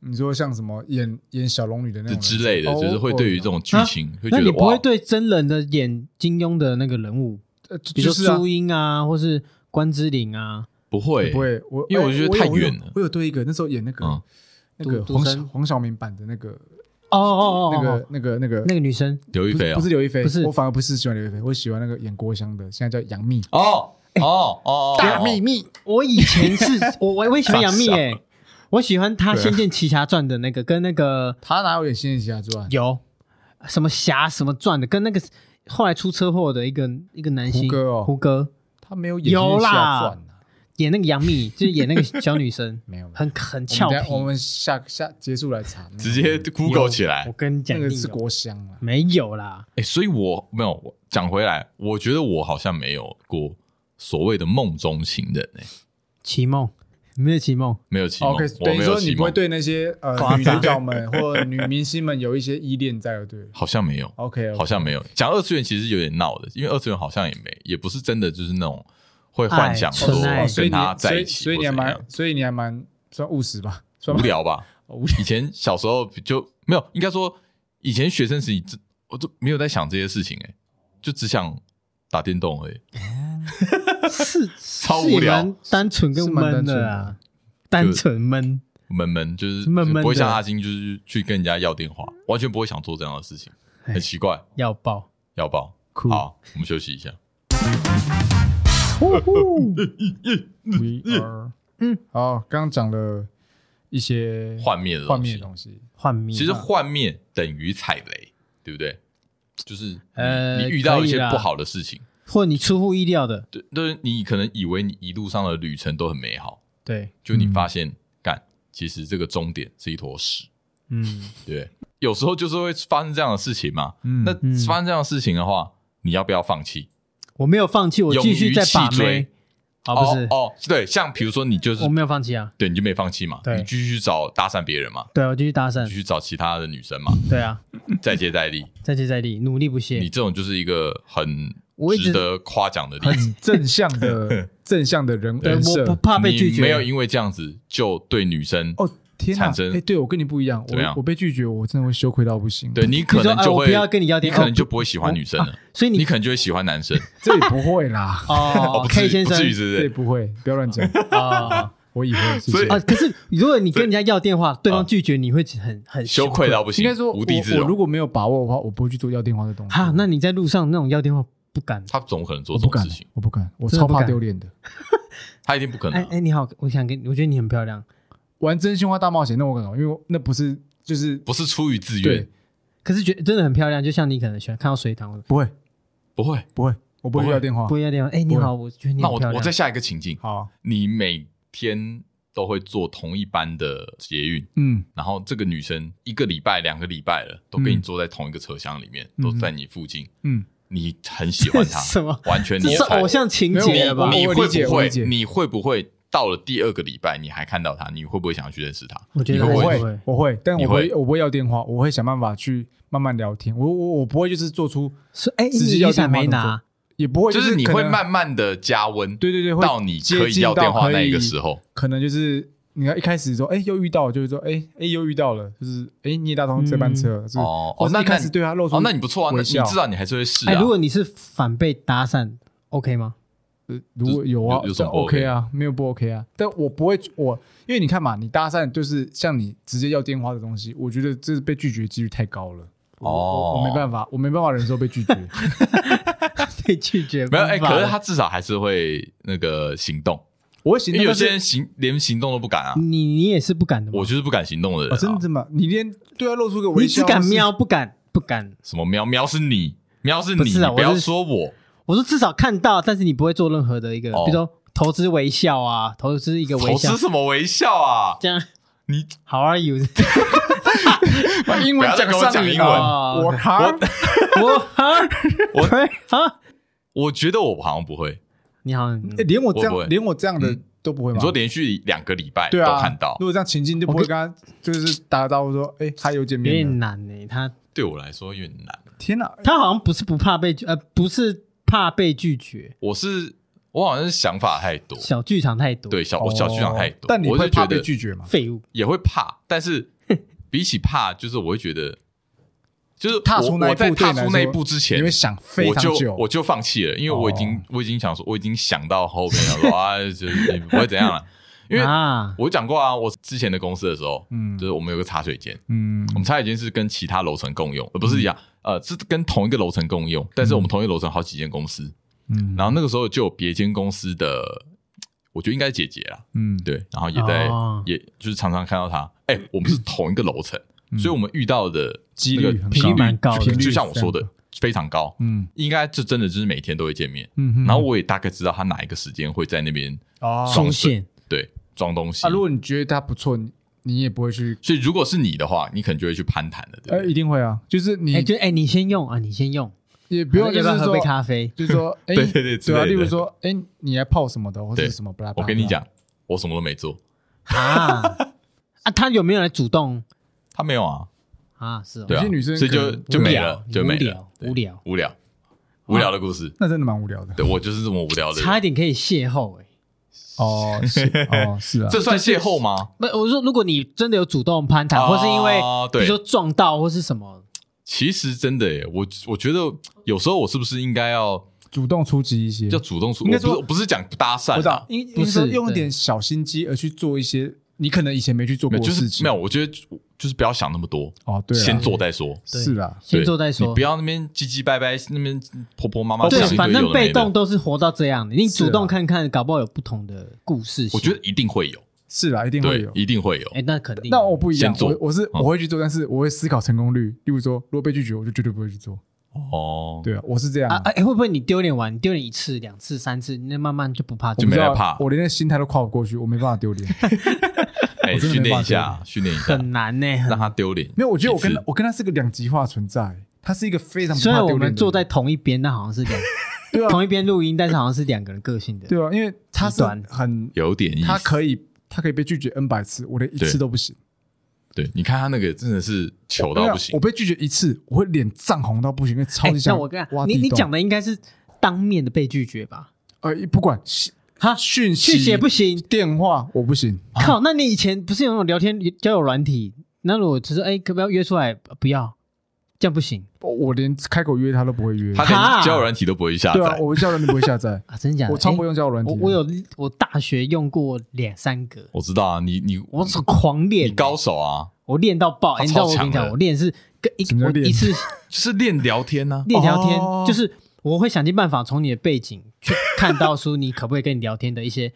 A: 你说像什么演演小龙女的那
B: 这
A: 种
B: 之类的，
A: 人哦
B: 就是会对于这，种
A: 啊
B: 剧情会觉
C: 那你
B: 得
C: 不
B: 哇
C: 会，对真人的演金庸的那个人物，
A: 哦哦哦呃
C: 比
A: 就
C: 如
A: 是啊
C: 说朱茵啊，或是关之琳啊，
B: 不会
A: 不会，我
B: 因为我觉得太
A: 有我有
B: 远了
A: 我有对一个那时候演那个
B: 嗯
A: 那个
C: 杜
A: 黄
C: 杜
A: 小
C: 生
A: 黄晓明版的那个
C: 哦哦哦
A: 那
C: 哦
A: 个
C: 哦，
A: 那个那个
C: 那个女生，
B: 刘亦
A: 不
B: 菲
A: 是
B: 哦
A: 不是刘亦菲，
C: 不是
A: 我反而不是喜欢刘亦菲，我喜欢那个演郭襄的，现在叫杨幂，
B: 哦 哦哦，哦
A: 密
C: 我以前 是我我我也喜欢杨幂
B: 傻傻
C: 诶，我喜欢
A: 啊
C: 她《仙剑奇侠传》的那个，跟那个
A: 她哪有演《仙剑奇侠传》？
C: 有什么侠什么传的，跟那个后来出车祸的一个一个男星
A: 胡歌哦
C: 胡歌
A: 她没有演《仙剑奇侠传》啊，
C: 演那个杨幂，就是演那个小女生
A: ，没有。没有
C: 很很
A: 我
C: 俏
A: 们等
C: 皮
A: 下。我们下下结束来查，那个
B: 直接 Google 起
C: 有我
B: 来。
C: 跟你讲，
A: 那个
C: 一定
A: 是
C: 有
A: 郭襄啊，
C: 没有啦，
B: 哎，所以我没有我讲回来，我觉得我好像没有过所谓的梦中情人哎，
C: 绮梦没有绮梦，
B: 没有启蒙
A: OK，，
B: 我
A: 哦等于
B: 没有
A: 说
B: 启
A: 你不会
B: 蒙，
A: 对那些呃
C: 夸张
A: 女主角们或女明星们有一些依恋在，对了
B: 好像没有，
A: ？OK，
B: 好像没有。讲二次元其实有点闹的，因为二次元好像也没，也不是真的就是那种会幻想说
C: 纯爱
A: 哦所以
B: 哦跟
A: 你
B: 他在
A: 所
B: 一
A: 以
B: 起，
A: 所以你还
B: 或怎样
A: 蛮所以你还蛮算务实吧，算
B: 无
A: 吧
B: 聊吧？
A: 哦 无聊。
B: 以前小时候就没有，应该说以前学生时期，这我就没有在想这些事情、欸，就只想打电动而已。
C: 是
B: 超
C: 是也
B: 无聊
C: 蛮单纯跟
A: 是蛮
C: 闷
A: 单纯
C: 的
A: 的
C: 啊，单纯闷。
B: 闷闷就是
C: 闷闷的
B: 不会像阿金，就是去跟人家要电话，完全不会想做这样的事情，
C: 哎
B: 很奇怪。
C: 要爆。
B: 要爆
A: 酷
B: 好，我们休息一下。嗯
A: We are，嗯，好，刚刚讲了一些
B: 幻灭的
A: 幻
B: 东
A: 灭
B: 西
A: 的，东西，
C: 幻灭，
B: 其实幻灭等于踩雷，对不对？就是你
C: 呃
B: 你遇到一
C: 可
B: 些
C: 以啦
B: 不好的事情，
C: 或你出乎意料的，
B: 对，就是你可能以为你一路上的旅程都很美好，
C: 对，
B: 就你发现，干、
C: 嗯
B: 其实这个终点是一坨屎。
A: 嗯
B: 对，有时候就是会发生这样的事情嘛。
A: 嗯
B: 那
C: 嗯
B: 发生这样的事情的话，你要不要放弃？
C: 我没有放弃，我
B: 勇
C: 继续
B: 于
C: 在
B: 弃
C: 把妹
B: 追。
C: 啊，不是，
B: 哦，对，像比如说你就是
C: 我没有放弃啊，
B: 对，你就没放弃嘛，
C: 对嗯
B: 你继续找搭讪别人嘛，
C: 对我继续搭
B: 继
C: 讪，
B: 续找其他的女生嘛，
C: 对啊，
B: 再接再 厉。
C: 再接再厉，努力不
B: 你
C: 懈。
B: 这种就是一个很
C: 我一直
B: 值得夸奖的例子。
A: 很正向 的正向的人
C: 对，
A: 人
C: 我不
A: 设。
C: 怕被拒
B: 你没有
C: 绝。
B: 因为这样子就对女生，
A: 哦，天哪
B: 产！生
A: 哎，对我跟你不一样，
B: 怎么样
A: 我我被拒绝，我真的会羞愧到不行。
B: 对，你
C: 你
B: 可
C: 说
B: 能
C: 哎，
B: 就
C: 我
B: 会，
C: 不要跟你要
B: 你
C: 电，
B: 可能
C: 哦
B: 就不会喜欢女生了，
C: 所以
B: 你
C: 你
B: 可能就会喜欢男生。
A: 这也不会 啦，
C: 哦
B: 不至于
C: ，K 先
B: 不至于
C: 生
B: 是不
A: 这
B: 是？
A: 也不会，不要 乱讲。
C: 啊
A: 我以为
B: 所以
A: 是
C: 啊，可是如果你跟人家要 电话，对
B: 啊
C: 方拒绝，你会很很
B: 羞愧到不行，
A: 应该说我，
B: 无地自
A: 我如
B: 容。
A: 果没有把握的话，我不会去做要电话的动作。
C: 哈，那你在路上那种要电话不敢。
B: 他怎么可能做
A: 我
B: 这
A: 不
B: 种
A: 敢
B: 事情，？
A: 我不敢，我
C: 真的
A: 超
C: 不敢
A: 怕丢脸的。
B: 他一定不可能
C: 哎
B: 啊。
C: 哎，你好，我想跟你，我觉得你很漂亮。
A: 玩真心话大冒险，那我敢玩，因为那不是就是
B: 不是出于自
A: 对
B: 愿，，
C: 可是觉得真的很漂亮，就像你可能喜欢看到水塘，我
A: 不会
B: 不会。
A: 不会，我不会
B: 不会
A: 要电话
C: 不。要电话。哎，你
A: 不会
C: 好，我觉得你
B: 那
C: 很
B: 我
C: 漂亮。
B: 我再下一个情境，
A: 好，啊
B: 你每天都会坐同一班的捷运，
A: 嗯
B: 然后这个女生一个礼拜、两个礼拜了，都跟你
A: 嗯
B: 坐在同一个车厢里面，
A: 嗯
B: 都在你附近，
A: 嗯，
B: 你很喜欢 她，
C: 什么？
B: 完全
C: 这
B: 你
C: 是偶像情节了吧？
A: 没
B: 你
A: 有我
B: 会
A: 理解
B: 不
A: 我理
B: 会
A: 解？
B: 你会不会到了第二个礼拜，你还看到她，你会不会想要去认识她？
C: 我觉
B: 你
C: 得
B: 会
A: 我
B: 不
C: 还
B: 会
C: 是会
A: 会我会，但
B: 你
A: 我不会
B: 会
A: 我不会要电话，我会想办法去慢慢聊天。我我我不会就是做出，
C: 是哎，
A: 直接
C: 你
A: 要
C: 雨伞没
A: 电话
C: 拿，
A: 也不会
B: 就是你
A: 可
B: 会
A: 能
B: 慢慢的加温，
A: 对对对，会
B: 到你可
A: 接
B: 以
A: 近
B: 要
A: 到
B: 电话
A: 可
B: 那一个
A: 以
B: 时候，
A: 可能就是你要一开始说，哎，又遇到了，就是说，哎哎，又遇到了，就是哎，你也搭同这班车，就是
B: 哦
A: 或
B: 哦
A: 是
B: 那
A: 一开始
B: 那
A: 对他露出
B: 哦，那你不错啊，那
A: 微
B: 你
A: 笑
B: 至少你还是会试
C: 哎，
B: 啊
C: 如。果你是反被搭讪，OK 吗？
A: 如果有啊
B: 有有，什
A: 这
B: 么不
A: OK 啊，没有不 OK 啊。但我不会，我因为你看嘛，你搭讪就是像你直接要电话的东西，我觉得这是被拒绝几率太高了。我我
B: 哦
A: 我没办法，我没办法忍受被拒 绝。
C: 被拒绝
B: 没有哎、
C: 无法
B: 可是他至少还是会那个行动，
A: 我会行
B: 因为
A: 动，
B: 有
A: 但是嗯
B: 些人行连行动都不敢啊，
C: 你你也是不敢的吗？
B: 我就是不敢行动的人、啊
A: 哦，真的吗？你连对他露出个微
C: 你
A: 笑，
C: 只敢瞄，不敢不敢。
B: 什么喵喵是你，喵是你，
C: 不是啊
B: 你不要
C: 我是
B: 说我
C: 我说至少看到，但是你不会做任何的一个，
B: 哦
C: 比如说投资微笑啊，投资一个微
B: 投
C: 笑
B: 资，什么微笑啊？
C: 这样
B: 你
C: How are you？
A: 把英文
B: 不要再跟我
A: 上
B: 讲
A: 瘾
B: 英文
A: 了我
C: 哦
A: 哈，
C: 我哈
B: 我
C: 哈，
B: 我觉得我好像不会，
C: 你好，嗯
A: 哎连我这
B: 我不会
A: 样，连我这样的
B: 嗯
A: 都不会吗？
B: 你说连续两个礼拜都
A: 对啊，
B: 看到，
A: 如果这样情境就不会跟他就是打个招呼说，哎，嗨，又见
C: 有
A: 面
C: 点
A: 了。
C: 难呢。他
B: 对我来说有点难。
A: 天哪，
C: 他好像不是不怕被拒，呃，不是怕被拒绝，
B: 我是我好像是想法太多，
C: 小剧场太多，
B: 对，小我小剧场太多，
A: 哦但你
B: 我
A: 会
B: 是
A: 怕
B: 觉
A: 被
B: 得
A: 拒绝吗？
C: 废物。
B: 也会怕，但是比起怕，就是我会觉得，就是
A: 踏出
B: 我
A: 那一
B: 我在
A: 步对
B: 踏
A: 你来
B: 出那一
A: 说
B: 步之前，
A: 你会想非常
B: 我就
A: 久。
B: 我就放弃了，因为我已经、
A: 哦
B: 我已经想说，我已经想到后面 了，说啊，就是也不会怎样了。因为
C: 啊，
B: 我讲过啊，我之前的公司的时候，
A: 嗯
B: 就是我们有个茶水间，
A: 嗯
B: 我们茶水间是跟其他楼层共用，呃，不是一样，呃，是跟同一个楼层共用，但是我们同一个楼层好几间公司，
A: 嗯
B: 然后那个时候就有别间公司的，我觉得应该是姐姐啦，
A: 嗯，
B: 对，然后也在，
C: 哦
B: 也就是常常看到她，哎、我们是同一个楼层，
A: 嗯
B: 所以我们遇到的
A: 几
B: 那个
A: 率很
B: 频
A: 高
B: 率
C: 蛮高的
B: 就就像我说的
A: 频率，
B: 非常高，
A: 嗯
B: 应该就真的就是每天都会见面。
A: 嗯嗯
B: 然后我也大概知道他哪一个时间会在那边
A: 哦
C: 出现
B: 对装东西。
A: 啊，如果你觉得他不错，你你也不会去，
B: 所以如果是你的话，你可能就会去攀谈了，对不
A: 呃，
B: 对？
A: 一定会啊，就是你
C: 嗯哎，就哎，你先用啊，你先用，啊
A: 也不用
C: 要
A: 就
C: 不要
A: 是
C: 喝
A: 说
C: 杯，咖 啡？
A: 就是说，哎，
B: 对对对之
A: 对啊，
B: 类
A: 例如
B: 的
A: 说，哎，你来泡什么的，或
B: 对
A: 者什么，不啦，
B: 我跟你，讲，我什么都没做，
C: 啊啊，他有没有来主动
B: 他没有啊，
C: 啊？是哦，
B: 对啊，
A: 有些女生
B: 所以
A: 可
B: 就
A: 能
B: 就
C: 无
B: 没
C: 聊
B: 了，
C: 你
B: 就没
C: 无
B: 了
C: 聊，
B: 对
C: 无聊
B: 无聊无聊的故事。
A: 那真的蛮无聊的
B: 对我就是这么无聊的
C: 差一
B: 人，
C: 点可以邂逅哎。
A: 哦，是 哦，是啊，
B: 这算邂逅吗？
C: 不，我说如果你真的有主动攀谈，
B: 哦
C: 或是因为比
B: 对
C: 如说撞到或是什么，
B: 其实真的耶，我我觉得有时候我是不是应该要
A: 主动出击一些，
B: 要主动说，
A: 嗯应
B: 我
A: 该
B: 不是
A: 说
B: 我不是讲搭讪
A: 我知
B: 啊
A: 道，，因
C: 不
A: 因为说
C: 是
A: 用一
C: 对
A: 点小心机而去做一些你可能以前没去做
B: 没
A: 过
B: 有
A: 的
B: 就
A: 事
B: 是
A: 情，
B: 没有，我觉得就就是不要想那么多，
A: 哦，对啊，
B: 先做再说。
A: 是啦，
C: 先
B: 对
C: 做再说哦
B: 你不。要那边唧唧拜拜，那边婆婆妈妈
C: 对啊
B: 想一，堆
C: 反
B: 有
C: 正
B: 的没的
C: 被动，都是活到这样的，你
A: 是啊
C: 主动看看，搞不好有不同的故事性。
B: 我觉得一定会有，
A: 是啦，一定会
B: 对
A: 有，。
B: 一定会有。
C: 哎，那肯定。
A: 那我不一样
B: 先，做
A: 我我是
B: 嗯
A: 我会去做，但是我会思考成功率。例如说，如果被拒绝，我就绝对不会去做。
B: 哦，
A: 对啊，我是这样
C: 啊
A: 啊，
C: 哎，会不会你丢脸完，你丢脸一次、两次、三次，那慢慢就不怕
A: 我
B: 就
A: 不
B: 没
A: 知道
B: 在怕
A: 我连那心态都跨不过去，我没办法 丢脸。
B: 哎，
A: 我真的
B: 训
A: 没
B: 练
A: 办法
B: 一下，训练一下，
C: 很难呢。很
B: 让他丢脸。
A: 没有，我觉得我跟
B: 一
A: 他
B: 次
A: 我跟他是个两极化存在，他是一个非常 不
C: 虽
A: 怕
C: 然
A: 丢
C: 我
A: 脸的
C: 们
A: 人
C: 坐在同一边，但好像是两
A: 对啊
C: 同一边录音，但是好像是两个人个性的。
A: 对啊，因为他
C: 极
A: 是
C: 端
A: 很
B: 有点意
A: 他
B: 思。
A: 可以他可以被拒绝 n 百次，我连一
B: 对
A: 次都不行。
B: 对，你看他那个真的是糗
A: 对
B: 到
A: 啊
B: 不行
A: 我。被拒绝一次，我会脸涨红到不行，因为超
C: 哎
A: 级想
C: 那我跟你
A: 挖
C: 讲，你你
A: 地洞
C: 讲的应该是当面的被拒绝吧？
A: 呃不管信
C: 哈，
A: 讯息
C: 去写不行，
A: 电话我不行，
C: 靠！那你以前不是有那种聊天交友软体？那如果只是哎，可不要约出来？呃不要，这样不行
A: 我我连开口约他都不会约。
B: 他
C: 哈
B: 连交友软体都不会下
A: 对啊，
B: 载，
A: 我交友软件不会
C: ，
A: 下载
C: 啊！真的假的？
A: 我超不
C: 哎
A: 用交友软体
C: 我
A: 的。
C: 我有我大学用过两三个，
B: 我知道啊，你你
C: 我是狂练
B: 你
C: 欸，
B: 高手啊，
C: 我练到爆！
B: 他
C: 哎你知道
B: 超
C: 我跟你
B: 强
C: 讲，
B: 的
C: 我练是跟一
A: 什么叫
C: 我
A: 练
C: 一 次
B: 就是练聊天啊呢。
C: 练聊天
A: 哦，
C: 就是我会想尽办法从你的背景去看到说你可不可以跟你聊天的一些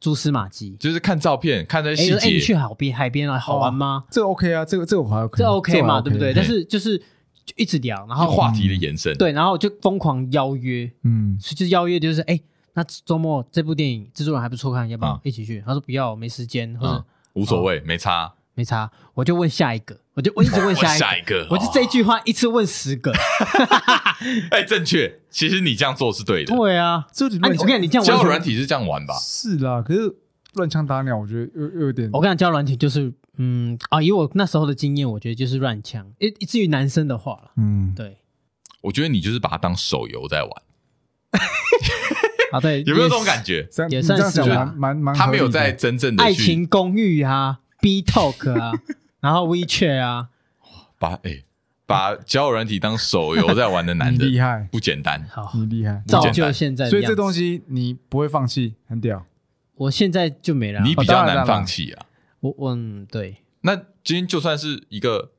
C: 蛛丝马迹。
B: 就是看照片，看这
C: 哎，
B: 些
C: 就是哎，你
B: 细
C: 去
B: 节，
C: 海边海边啊，好玩吗？
A: 这个 OK 啊，这个这个我还 OK，
C: 这 OK 嘛，对不
A: 这我还 OK
C: 对？但是就是就一直聊，然后
B: 话题的延伸。
C: 对，然后就疯狂邀约，
A: 嗯，
C: 所以就是邀约就是哎，那周末这部电影制作人还不错看，要不要
B: 啊
C: 一起去？他说不要，没时间，或
B: 嗯
C: 者，
B: 无所谓，没差。
C: 没差，我就问下一个，我就我一直问
B: 我
C: 下
B: 下
C: 一
B: 一
C: 个。
B: 个，哦
C: 我就这句话一次问 十个，
B: 哎，正确。其实你这样做是对的。
C: 对啊，
A: 这里
C: 啊你我跟你讲，你这样
B: 交
C: 完
B: 友
C: 全
B: 软体是这样玩吧？
A: 是啦，可是乱枪打鸟，我觉得又又有点
C: 我跟你讲，交友软体就是，嗯啊，以我那时候的经验，我觉得就是乱枪，以以至于男生的话了，
A: 嗯，
C: 对
B: 我觉得你就是把它当手游在玩，
C: 啊，对，
B: 有没有
C: 也
B: 这种
C: 是
B: 感觉？
A: 这样
C: 也
A: 你
C: 算
A: 这样
C: 是
A: 讲
C: 啦
A: 蛮蛮蛮合理的，
B: 他没有在真正的
C: 爱
B: 去
C: 情公寓啊，B Talk 啊，然后 WeChat 啊，
B: 把哎、把交友软体当手游在玩的男
A: 你 厉
B: 人
A: 害，
B: 不简单，
C: 好，
A: 你厉害，
B: 不
C: 造
B: 简
C: 就
B: 单
C: 现在的
A: 嗯所以
C: 样
A: 这
C: 子
A: 东西你不会放弃，很屌。
C: 我现在就没了啊。
B: 你比
A: 当
B: 较
A: 然哦当
B: 难
A: 然
B: 放弃啊。
C: 我我嗯，对，
B: 那今天就算是一个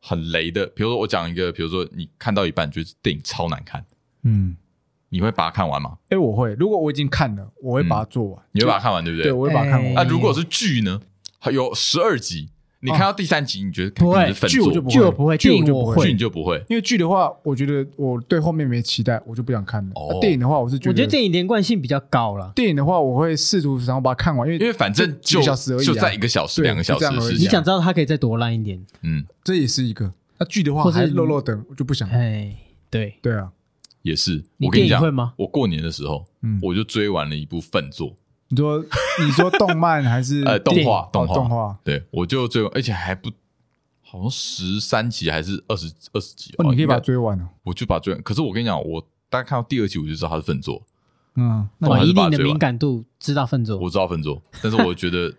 B: 很雷的，比如说我讲一个，比如说你看到一半觉得电影超难看，
A: 嗯，
B: 你会把它看完吗？
A: 哎，我会，如果我已经看了，我会把它做完，
B: 嗯你会把它看完对不
A: 对，
B: 对？
A: 我会把它看
C: 哎
A: 完。
B: 那、如果是剧呢？有十二集，你看到第三集，你觉得
C: 不会
B: 看你是粉
A: 剧我就不
B: 作，
C: 剧我
A: 会，
C: 不会
A: 剧
C: 电
A: 我
C: 影
A: 就
C: 我
A: 不
C: 会
B: 剧你就不会。
A: 因为剧的话，我觉得我对后面没期待，我就不想看了。
B: 哦
A: 啊电影的话，我是觉
C: 我
A: 得
C: 觉得电影连贯性比较高了。
A: 电影的话，我会试图想要把它看完，因为
B: 因为反正
A: 几
B: 就
A: 个小时而已啊
B: 就在一个小时、
A: 对
B: 两个小时
A: 就
B: 的
A: 这样而已
B: 事
A: 啊
C: 你
B: 情，
C: 想知道它可以再多烂一点？
B: 嗯，
A: 这也是一个。那剧的话
C: 或是
A: 还漏漏等，我就不想。
C: 哎，对，
A: 对啊，
B: 也是。
C: 你
B: 我跟
C: 电
B: 你
C: 影
B: 讲
C: 会，吗？
B: 我过年的时候，
A: 嗯，
B: 我就追完了一部《粪作》，
A: 你说你说动漫还是
B: 呃动
A: 电影
B: 画
A: 哦
B: 动画
A: 动画？
B: 对，我就追完，而且还不好像十三集还是二十二十集
A: 哦，你可以把它
B: 应该
A: 追完哦。
B: 我就把它追完。可是我跟你讲，我大概看到第二集我就知道他是粪作，
A: 嗯，那
B: 我
C: 哇，
B: 还是
C: 以
B: 把它
C: 你的
B: 追完
C: 敏感度知道分作，
B: 我知道粪作，但是我觉得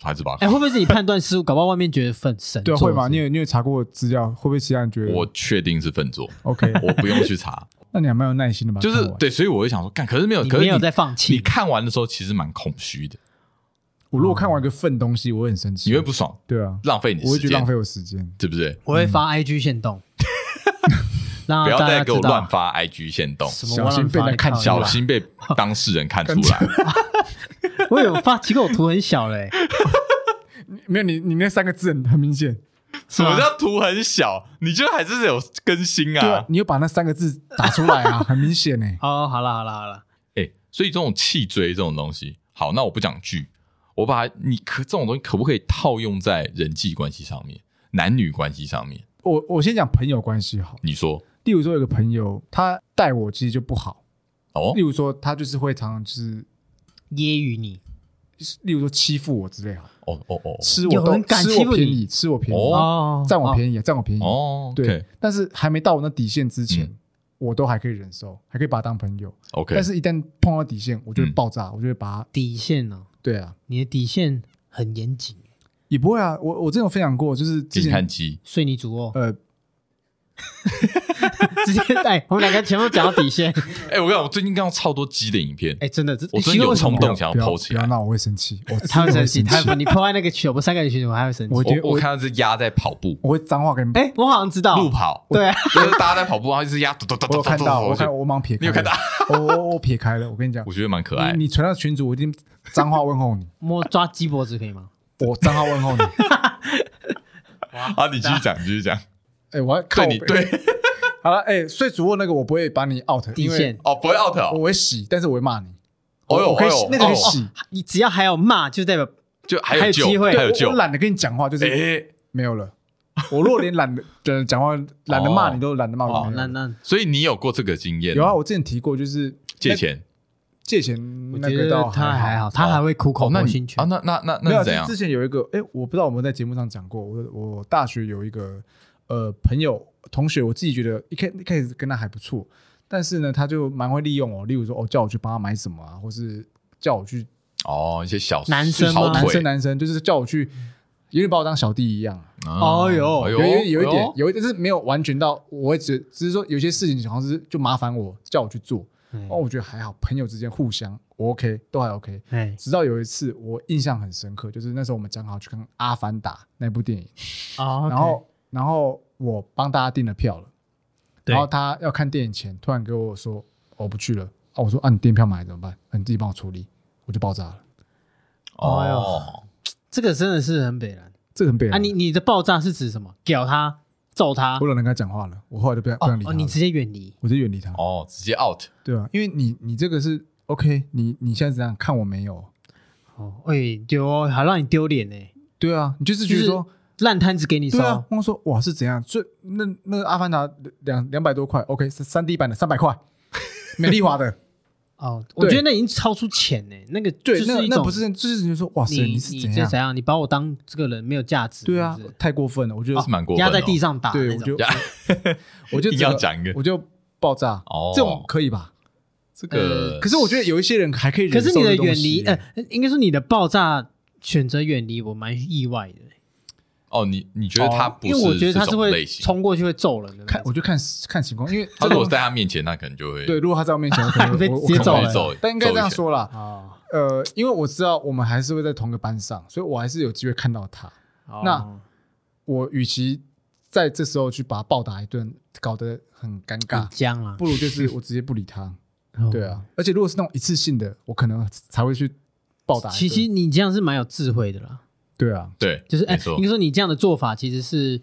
B: 还是把它
C: 哎，会不会是你判断失误？搞不好外面觉得很神作
A: 对啊，
C: 是不
A: 会
C: 是，
A: 吗？你有你有查过资料，会不会其他人觉得
B: 我确定是笨 拙，
A: OK？
B: 我不用去查，
A: 那你还蛮有耐心的吧？
B: 就是
A: 看完
B: 对，所以我就想说，干，可是没有，
C: 你
B: 可是
C: 没有在放
B: 你
C: 弃，
B: 看完的时候其实蛮空虚的，
A: 我如果看完一个粪东西，我会很生气，
B: 你会不爽，
A: 对啊，
B: 浪费你
A: 我会
B: 时
A: 觉
B: 间，
A: 得浪费我时间。
B: 对不对？
C: 我会发 IG 限动，让
B: 嗯不要
C: 啊大
B: 再
C: 家
B: 给我
C: 知
B: 乱
C: 道
B: 发 IG 限动，
C: 什么
A: 小心被人家看
C: 小
B: 小
C: 心。
B: 心被当事人看出来。
C: 我有发，其实我图很小 嘞，
A: 没有你，你那三个字很很明显，
B: 什么
C: 吗
B: 叫图很小？你就还是有更新
A: 对啊
B: 啊，？
A: 你又把那三个字打出来 啊，很明显呢。
C: 哦，好了好了好了，
B: 哎、所以这种气追这种东西，好，那我不讲剧，我把它你可这种东西可不可以套用在人际关系上面、男女关系上面？
A: 我我先讲朋友关系好，
B: 你说
A: 例如说有个朋友，他待我其实就不好，
B: 哦
A: 例，如说他就是会常常就是，
C: 揶揄你，
A: 例如说欺负我之类好，
B: 哦哦哦
A: 吃我
C: 有
A: 都
C: 人敢
A: 吃
C: 欺
A: 我
C: 负你
A: 便宜，吃我便宜，
B: 哦
A: 占我
C: 宜，
A: 便宜啊，占我便宜。
B: 哦，
A: 对，但是还没到我那底线之前
B: 嗯，
A: 我都还可以忍受，还可以把他当朋友。
B: ，OK，嗯
A: 但是，一旦碰到底线，我就会爆炸，我就会把他。
C: 底线哦，
A: 对啊，
C: 你的底线很严谨，也
A: 也不会啊。我我之前有分享过，就是之
B: 金
A: 前
B: 看机，
C: 睡你 主哦，
A: 呃，
C: 直接哎，我们两个前面都讲到 底线，
B: 哎、我跟你讲，我最近看到超多鸡的影片，
C: 哎，真的，这
B: 我真的
C: 奇怪
B: 有
C: 为什么
B: 冲
A: 不
B: 动
A: 要
B: 想要
A: 不要
B: 抛起
A: 不
B: 来
A: 要闹，我会 生气，我
C: 他会
A: 真的
C: 生气，
A: 会
C: 他会你破坏那个群，我们三个人群，我还会生气
A: 我。觉得
B: 我我看到是鸭在跑步，
A: 我会脏话给你。
C: 哎，我好像知道，
B: 路跑，
C: 对啊，
B: 就是大家在跑步，然后一只鸭嘟嘟嘟
A: 我
B: 嘟
A: 有
B: 嘟
A: 看
B: 嘟，
A: 到，我看
B: 就
A: 我忙撇开，
B: 你有看到？
A: 我我我撇开了。我跟你讲
B: 我，觉得蛮可爱
A: 你。你传到群主，我一定脏话问候你，
C: 摸抓鸡脖子可以吗？
A: 我脏话 问候你。
B: 啊，你继续讲，你继续 讲，
A: 哎，我要
B: 对
A: 靠
B: 你
A: 北
B: 对，
A: 好了，哎，睡主卧那个我不会把你 out，
C: 底
A: 因为
C: 线，
B: 哦，不会 out
A: 我
B: 哦，
A: 会洗，但是我会骂你。
B: 哦呦
A: 我可以
B: 哦呦
A: 那个
B: 哦
A: 可以洗，
C: 你只要还有骂，就代表
B: 就还有
C: 还有
B: 救
C: 机，会
B: 还有
A: 我
B: 救
A: 我，懒得跟你讲话，就是
B: 哎，
A: 没有了。我若连懒得呃讲话、懒得骂你都懒得骂我
C: 哦，，那
A: 没有了
C: 那
B: 所以你有过这个经验？
A: 有啊，，我之前提过，就是
B: 借钱
A: 借钱
C: 我
A: 那
C: 觉
A: 个
C: 得
A: 倒
C: 他还
A: 还
C: 好，，他还会苦口
B: 那
C: 婆
B: 你
C: 心
B: 啊，
C: 劝。
B: 那那那
A: 没
B: 那
A: 有，
B: 是怎
A: 就
B: 样
A: 之？前有一个，哎，我不知道我们在节目上讲过，我我大学有一个呃朋友同学，我自己觉得一开一开始跟他还不错，但是呢，他就蛮会利用我，例如说哦，叫我去帮他买什么啊，或是叫我去
B: 哦，一些小
C: 男生吗
B: 小
A: 男
B: 腿
A: 生，男生就是叫我去，有点把我当小弟一样啊，
B: 哦
C: 哎呦
A: 有有有一点，有一点是没有完全到，我会只只是说有些事情好像是就麻烦我叫我去做，
C: 嗯
A: 哦，我觉得还好，朋友之间互相我 OK 都还 OK。
C: 哎，
A: 直到有一次我印象很深刻，就是那时候我们讲好去看《阿凡达》那部电影，
C: 哦，
A: 然后然后我帮大家订了票了，
C: 对
A: 然后他要看电影前突然给我说、哦我不去了啊，我说啊你订票买了怎么办？啊你自己帮我处理，我就爆炸了，
C: 哎
B: 哦
C: 呦，这个真的是很北蓝
A: 这个很被
C: 啊！你你的爆炸是指什么？屌他，揍他
A: 我，懒得跟他讲话了，我后来就不想不
C: 哦
A: 想理
C: 哦，
A: 他了，
C: 你直接远离。
A: 我就远离他。
B: 哦，直接 out，
A: 对啊，因为你你这个是 OK，你你现在这样看我没有？
C: 哦，哎，丢哦，还让你丢脸呢，
A: 对啊，你就是觉得说，
C: 烂摊子给你收
A: 对。啊，我说哇是怎样？最那那个阿凡达两两百多块，OK 是三 D 版的三百块，美丽华的，
C: 哦，我觉得那已经超出钱呢，那个
A: 对，
C: 就是
A: 那
C: 一
A: 那
C: 种
A: 不是就是你说哇塞
C: 你
A: 是
C: 你
A: 怎
C: 这
A: 样
C: 怎？样？你把我当这个人没有价值？
A: 对啊
C: 是不是，
A: 太过分了，我觉得
B: 这是蛮过分的
C: 压
B: 哦，
C: 在地上打
A: 对
C: 那
A: 我
C: 种
A: 就。
B: 呀
A: 我就
B: 一定要
A: 整个
B: 讲一个
A: 我就爆炸
B: 哦
A: 这种可以吧？
B: 这
C: 呃
B: 个
A: 可是我觉得有一些人还可以
C: 可
A: 忍受
C: 是
A: 这
C: 你
A: 东
C: 的
A: 西，
C: 远离，呃，应该说你的爆炸选择远离，我蛮意外的，
B: 哦，你你觉得他不
C: 因为我
B: 是
C: 觉得他
B: 这
C: 是
B: 种
C: 会
B: 类型？
C: 冲过去会揍人的那种。
A: 看我就看看情况，因为
B: 他
A: 这
B: 如
A: 种
B: 果在他面前，那可能就会
A: 对，如果他在我面前，我可 能
C: 被
A: 我我
C: 直接
A: 可能
C: 揍
A: 会
C: 了
B: 揍
A: 但应该
B: 揍
A: 这
B: 一
A: 样
B: 拳
A: 说啦，
C: 哦，
A: 呃，因为我知道我们还是会在同个班上，所以我还是有机会看到他。那我与其在这时候去把他暴打一顿，搞得很尴尬
C: 很，僵啊，
A: 不如就是我直接不理他。
C: 哦
A: 对啊，而且如果是那种一次性的，我可能才会去暴打一顿。
C: 其实你这样是蛮有智慧的啦，
A: 对啊，
B: 对，
C: 就是哎
B: 没，错
C: 应该说你这样的做法其实是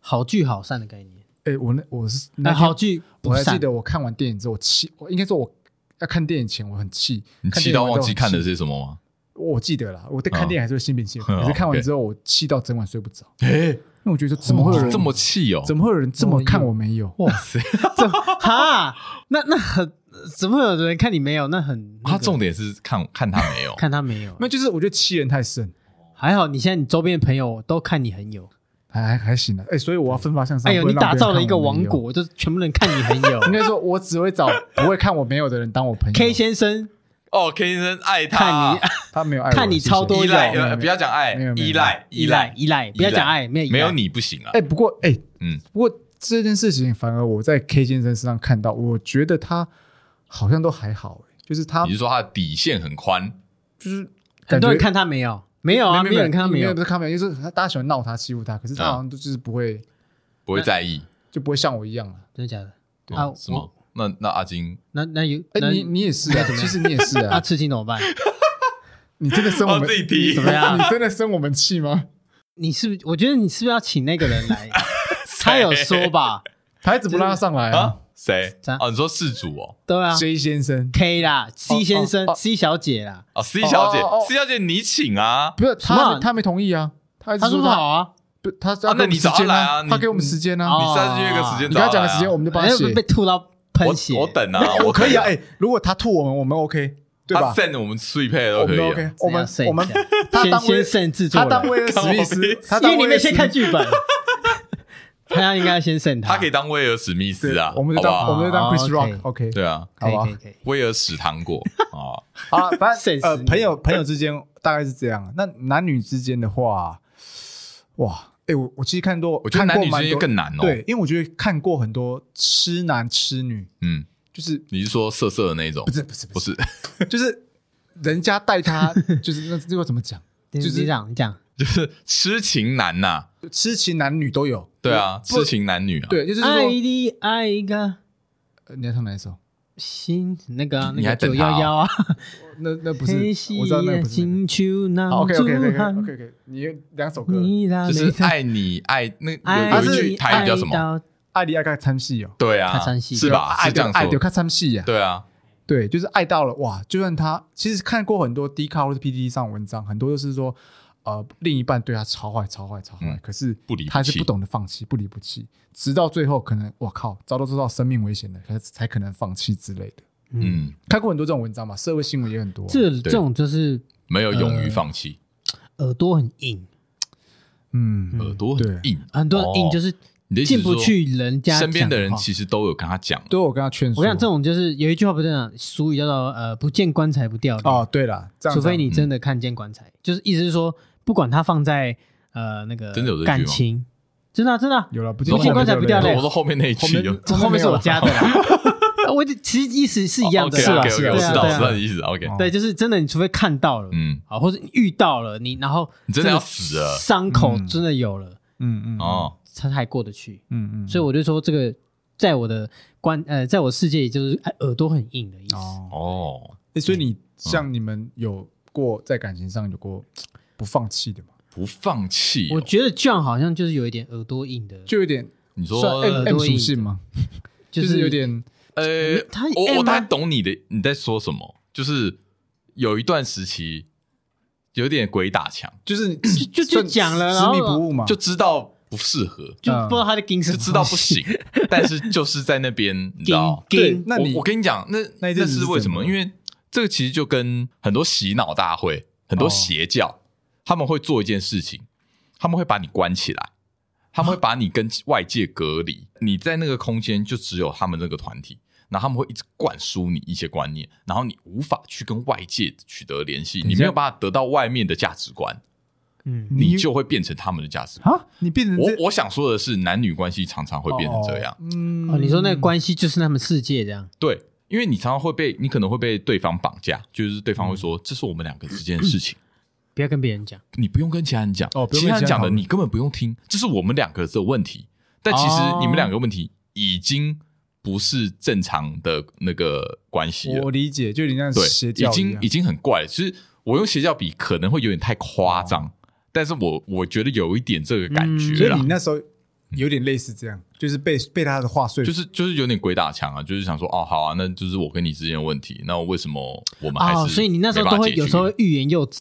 C: 好聚好散的概念，
A: 哎，我那我是那
C: 那
A: 天
C: 好，聚
A: 我
C: 不
A: 还
C: 散
A: 记。得我看完电影之后，我气，我应该说我要看电影前我很气，
B: 你
A: 看
B: 气
A: 电影
B: 到
A: 完
B: 忘
A: 之后
B: 记
A: 很
B: 看的
A: 气。
B: 是什么吗？
A: 我记得啦，我在看电影还是会心平气和，
B: 哦
A: 可是看完
B: OK
A: 之后我气到整晚睡不着，
B: 哎，
A: 因为我觉得说 怎么会有人
B: 这么气哦？
A: 怎么会有人这么看我没有？
B: 哇塞！
C: 这哈，那那很怎么会有人看你没有？那很那
B: 他
A: 啊
C: 个
B: 重点是看看他没有，
C: 看他没有，啊
A: 那就是我觉得欺人太甚，
C: 还好你现在你周边的朋友都看你很有。
A: 还还还行啊。哎，所以我要奋发向上。
C: 哎呦，
A: 不
C: 你
A: 能让
C: 打
A: 别人
C: 造了
A: 看
C: 一个
A: 我没
C: 王
A: 有。
C: 国， 就是全部人看你很有
A: 应。该说，我只会找不会看我没有的人当我朋友。
C: K 先生
B: 哦，K 先生爱
C: 看
B: 他
C: 你，
A: 他没有爱我，
C: 看你
A: 谢谢
C: 超多
B: 依赖，
A: 没有没
B: 呃
A: 有
B: 不要讲爱
A: 没有，没有
B: 依赖，
C: 依赖，依赖，不要讲爱，没有依赖
B: 没有你不行啊
A: 哎、。不过哎、
B: 嗯
A: 嗯，不过这件事情反而我在 K 先生身上看到，我觉得他好像都还好、哎就是他
B: 你是说他的底线很宽？
A: 就是
C: 很
A: 感觉
C: 多人看他没有，没有啊，
A: 没
C: 有人看他
A: 没
C: 没有
A: 不。是看没有，就是他大家喜欢闹他欺负他，可是他
B: 啊
A: 好像都就是不会、
B: 不会在意
A: 就不会像我一样啊了。
C: 真的假的？
B: 对
C: 啊
B: 是吗？那那阿 金，
C: 那那有
A: 哎、
C: 那
A: 你你也是啊，其实你也是
C: 那
A: 啊，
C: 刺青怎么办？
A: 你真的生 我
B: 哦
A: 们
B: 自己提
A: 怎么 样？你真的生我们气吗？
C: 你是不是？我觉得你是不是要请那个人 来？他有说吧？
A: 他一直不让他上来啊
B: 啊，谁
C: 啥？
B: 哦，你说事主哦，
C: 对啊
A: ，J 先生
C: ，K 啦
A: 哦
C: ，C
A: 哦
C: 先生
A: 哦
C: ，C 小姐啦，
B: 哦，C 小姐
A: 哦哦哦
B: ，C 小姐你请啊，
A: 不是
C: 什么啊
A: 他他没同意啊，他一直
C: 他说不好
A: 他
C: 啊，
A: 不他他
B: 啊那你找他来啊你
A: 他给我们时间啊，
C: 哦
B: 你啊下次约个时间，
A: 你跟他讲个时间，我，们就帮
C: 哎
A: 他写
C: 被。吐到喷血。
B: 我我等啊，
A: 我可以啊，
B: 等
A: 哎，如果他吐我们，我们 OK，对
B: 他
A: 吧？
B: send 我们碎配
A: 我
B: 都可
A: 们
B: 以
A: 都
B: 啊
A: OK，。我们我们他
C: 先
A: 当威
C: 先慎制作
A: 他
C: 人，
A: 当威尔史密斯，他
C: 因
A: 当
C: 为你
A: 威尔
C: 们
A: 史
C: 先
A: 密
C: 看
A: 斯，
C: 剧 本，他应该先慎
B: 他可以当威尔史密斯啊，
A: 我们
B: 好不
A: 就当
B: 好
A: 我们就当
C: 哦
A: Chris
C: ，OK
A: Rock，OK，
B: 对啊，
A: 好吧
C: 可以可以可以。
B: 威尔史糖 果啊，
A: 啊， 反正
C: 慎思
A: 呃，朋友朋友之间大概是这样。那男女之间的话，哇，哎，我我其实看多，
B: 我觉得
A: 看
B: 男
A: 过
B: 女
A: 蛮
B: 之间
A: 多
B: 更难哦。
A: 对，，因为我觉得看过很多痴男痴女，
B: 嗯，
A: 就是
B: 你是说色色的那种
A: 不？是不是
B: 不是，
A: 就是人家带 他，就是那这个怎么讲？
C: 就是
A: 就是
C: 这样，你讲
B: 就是 痴情男呐，
A: 痴情男女都
C: 哦
A: 有。
B: 对啊，
A: 不
B: 痴情男女啊。，
A: 对，就是说
C: 爱，你爱一个
A: 呃你要唱哪一首？
C: 心，那个啊
B: 你
C: 那个
B: 还
C: 九
B: 等他
C: 幺幺啊，
A: 那那不是
C: 黑西，
A: 我知道那个不是那个。
C: 星球那
A: 好，OK OK
C: 么
A: OK
C: 震撼
A: OK OK，你两首歌，
C: 你啦
B: 就是爱你爱那
C: 爱
B: 有
A: 你
B: 有一句
C: 你
B: 台语叫什
C: 哎爱
B: 么？
C: 到
A: 爱你爱看参戏哦，
B: 对啊
C: 卡山，戏
B: 是吧？
A: 爱
B: 是这
A: 到
B: 样
A: 爱
B: 说
A: 就。看参戏啊，
B: 对啊，
A: 对，就是爱到了哇！就算他其实看过很多 D 卡或者 PPT 上文章，很多都是说，呃，另一半对他超坏、超坏、超坏，
B: 嗯
A: 可是
B: 不离不
A: 他还是
B: 弃
A: 不懂得放弃，不离不弃，直到最后可能我靠，遭到遭到生命危险了，才才可能放弃之类的。
C: 嗯，
B: 嗯，
A: 看过很多这种文章嘛，社会新闻也很多啊、
C: 这这
B: 对
C: 种就是
B: 没有勇于放弃，
C: 耳朵很硬，
A: 嗯，
B: 耳朵很硬，
C: 很多人硬
B: 哦
C: 就是
B: 你的意思
C: 啊进
B: 是说
C: 不去人家
B: 身边的
C: 讲啊
B: 人
C: 话
B: 其实都有跟他讲，
A: 都有跟他劝说。
C: 我跟你讲，这种就是有一句话不是讲俗语叫做呃不见棺材不掉泪，
A: 哦，对了，这样
C: 除非
A: 这样
C: 你真的看见棺材，就是意思是说，不管它放在呃那个
B: 真的有这句吗
C: 感情，真的啊真的啊，
A: 有了，不
B: 不见
A: 后面
C: 棺材不
A: 就
C: 掉
A: 累
C: 泪
A: 了
B: 我说后面那一
A: 后
B: 句
A: 面
B: 有
C: 这后面是我加的啦，我就其实意思是一样的，
A: 是啊
B: o
A: 是
B: k
A: 啊
B: 哦我
C: 对
B: 知
C: 啊
B: 道，我
C: 对
B: 知道
C: 啊
B: 你意思。OK，
A: 哦
C: 对，就是真的，你除非看到了，
B: 嗯，
C: 啊，或者你遇到了你，然后
B: 你真的要死了
C: 伤口
A: 嗯
C: 真的有了，
A: 嗯嗯，
B: 哦，
C: 它才过得去。
A: 嗯嗯，
C: 所以我就说，这个在我的观呃，在我世界里就是哎耳朵很硬的意思。
A: 哦，
B: 哦，
A: 诶所以你像你们有过在感情上有过不放弃的吗？
B: 不放弃哦。
C: 我觉得 John 好像就是有一点耳朵硬的，
A: 就有点
B: 你
A: 算哎
B: 说，
A: M
C: 耳
A: M
C: 朵
A: 属
C: 硬
A: 性吗？
C: 就
A: 就是有点
B: 呃，
C: 他
B: 我
C: M
B: 我大概
C: 吗
B: 懂你的你在说什么，就是有一段时期有点鬼打墙，
A: 就是
C: 就就
A: 算
C: 讲了然
A: 执
C: 后
A: 迷不悟嘛，
B: 就知道不适合，
C: 就
A: 嗯
C: 不知道他在盯什
B: 就
C: 么，
B: 知道不行，但是就是在那边，你知
C: 盯
B: 道。
A: 对
C: 盯。
A: 那
B: 我
A: 你
B: 我跟你讲，那
A: 那一阵
B: 那
A: 子是
B: 是为
A: 怎
B: 什么？
A: 么
B: 因为这个其实就跟很多洗脑大会、很多
A: 哦
B: 邪教、他们会做一件事情，他们会把你关起来，他们会把你跟外界隔离，你在那个空间就只有他们那个团体。然后他们会一直灌输你一些观念，然后你无法去跟外界取得联系，
A: 一
B: 你
A: 下
B: 没有办法得到外面的价值观，
C: 嗯，
B: 你就会变成他们的价值观。
A: 啊，你变成这
B: 我我想说的是，男女关系常常会变成这样。，
A: 哦嗯
C: 哦，你说那个关系就是他们世界这样，
B: 对，因为你常常会被，你可能会被对方绑架，就是对方会说、这是我们两个之间的事情，
C: 不要跟别人讲。
B: 你不用跟其他人讲，
A: 嗯哦不用跟
B: 其他
A: 其他人
B: 人讲
A: 讨
B: 的
A: 论
B: 你根本不用听，这是我们两个的问题。但其实
C: 哦
B: 你们两个问题已经不是正常的那个关系
A: 我
C: 啊
B: 了，
A: 理解，就你那样
B: 对，
A: 邪
B: 已
A: 教一
B: 经
A: 样
B: 已经很怪了。其实我用邪教比可能会有点太夸张，但是我我觉得有一点这个感
A: 哦嗯所
B: 觉
A: 以
B: 啦。
A: 你那时候有点类似这样，就是被被他的话说
B: 就
A: 服，
B: 是就是有点鬼打墙啊，就是想说哦，好啊，那就是我跟你之间的问题，那为什么我们还是、
C: 哦，所以你那时候都会有时候会欲言又止，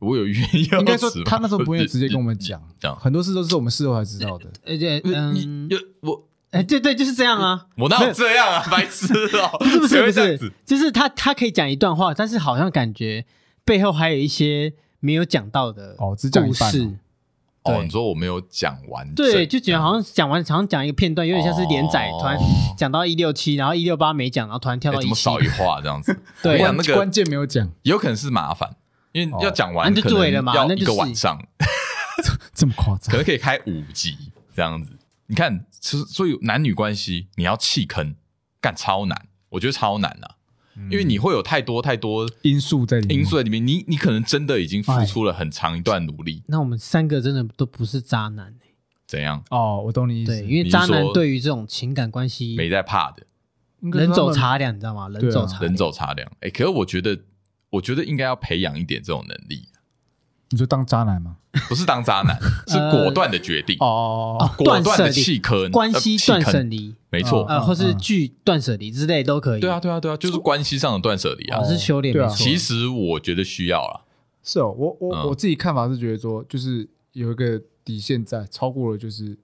B: 我有原因要死吗，
A: 应该说他那时候不愿意
B: 呃
A: 直接跟我们讲
B: 这样，
A: 很多事都是我们事后才知道的。
C: 而且
B: 呃你
C: 嗯，
B: 呃我
C: 哎，对对，就是这样啊，
B: 我哪有这样啊，白痴哦，
C: 不是不
B: 谁
C: 是
B: 会
C: 不
B: 这样
C: 是
B: 子？，
C: 就是他他可以讲一段话，但是好像感觉背后还有一些没有讲到的
A: 哦只讲一
C: 故
A: 半哦
C: 事，
B: 哦，
C: 对
B: 你说我没有讲完整，
C: 对，就觉得好像讲完，好像讲一个片段，有点像是连载
B: 哦，
C: 突然讲到一六七，然后一六八没讲，然后突然跳
B: 哎
C: 到
B: 怎
C: 一
B: 么
C: 七，
B: 少一话这样子？ 我跟
C: 对
B: 你讲啊那
A: 关
B: 个
A: 键没有讲，
B: 有可能是麻烦，因为要讲
C: 啊
B: 完
C: 那就
B: 可能
C: 对了嘛
B: 要
C: 那
B: 一
C: 就
B: 个
C: 是
B: 晚上，
A: 这么夸
B: 可
A: 张
B: 能可以开五集这样子。你看，其实所以男女关系你要弃坑，干超难，我觉得超难啊，因为你会有太多太多
A: 嗯因素在里面，
B: 因素在里面，你你可能真的已经
C: 哎
B: 付出了很长一段努力，
C: 那我们三个真的都不是渣男、
B: 怎样
A: 哦，我懂你意思，
C: 对，因
B: 你
C: 为
B: 是
C: 渣男
B: 说
C: 对于这种情感关系
B: 没在怕的，
A: 应该是
C: 人
A: 他们
C: 走茶凉，你知道吗？人走茶
B: 啊人
C: 凉，
B: 走茶凉。哎，可是我觉得，我觉得应该要培养一点这种能力，
A: 你说当渣男吗？
B: 不是当渣男，是果断的决定，
A: 哦，
B: 果断的
C: 呃断舍离
B: 弃坑，
C: 关
B: 呃
C: 系
B: 弃
C: 断
B: 坑
C: 舍离，哦
B: 没错，
A: 嗯
C: 呃，或是
A: 嗯
C: 剧断舍离之类都可以。
B: 对啊，，对啊，对啊，就是关系上的断舍离啊
C: 哦。是修炼
A: 对啊
C: 没错
B: 其实我觉得需要啦，
A: 是哦，我
B: 嗯
A: 我我自己看法是觉得说，就是有一个底线在，超过了就是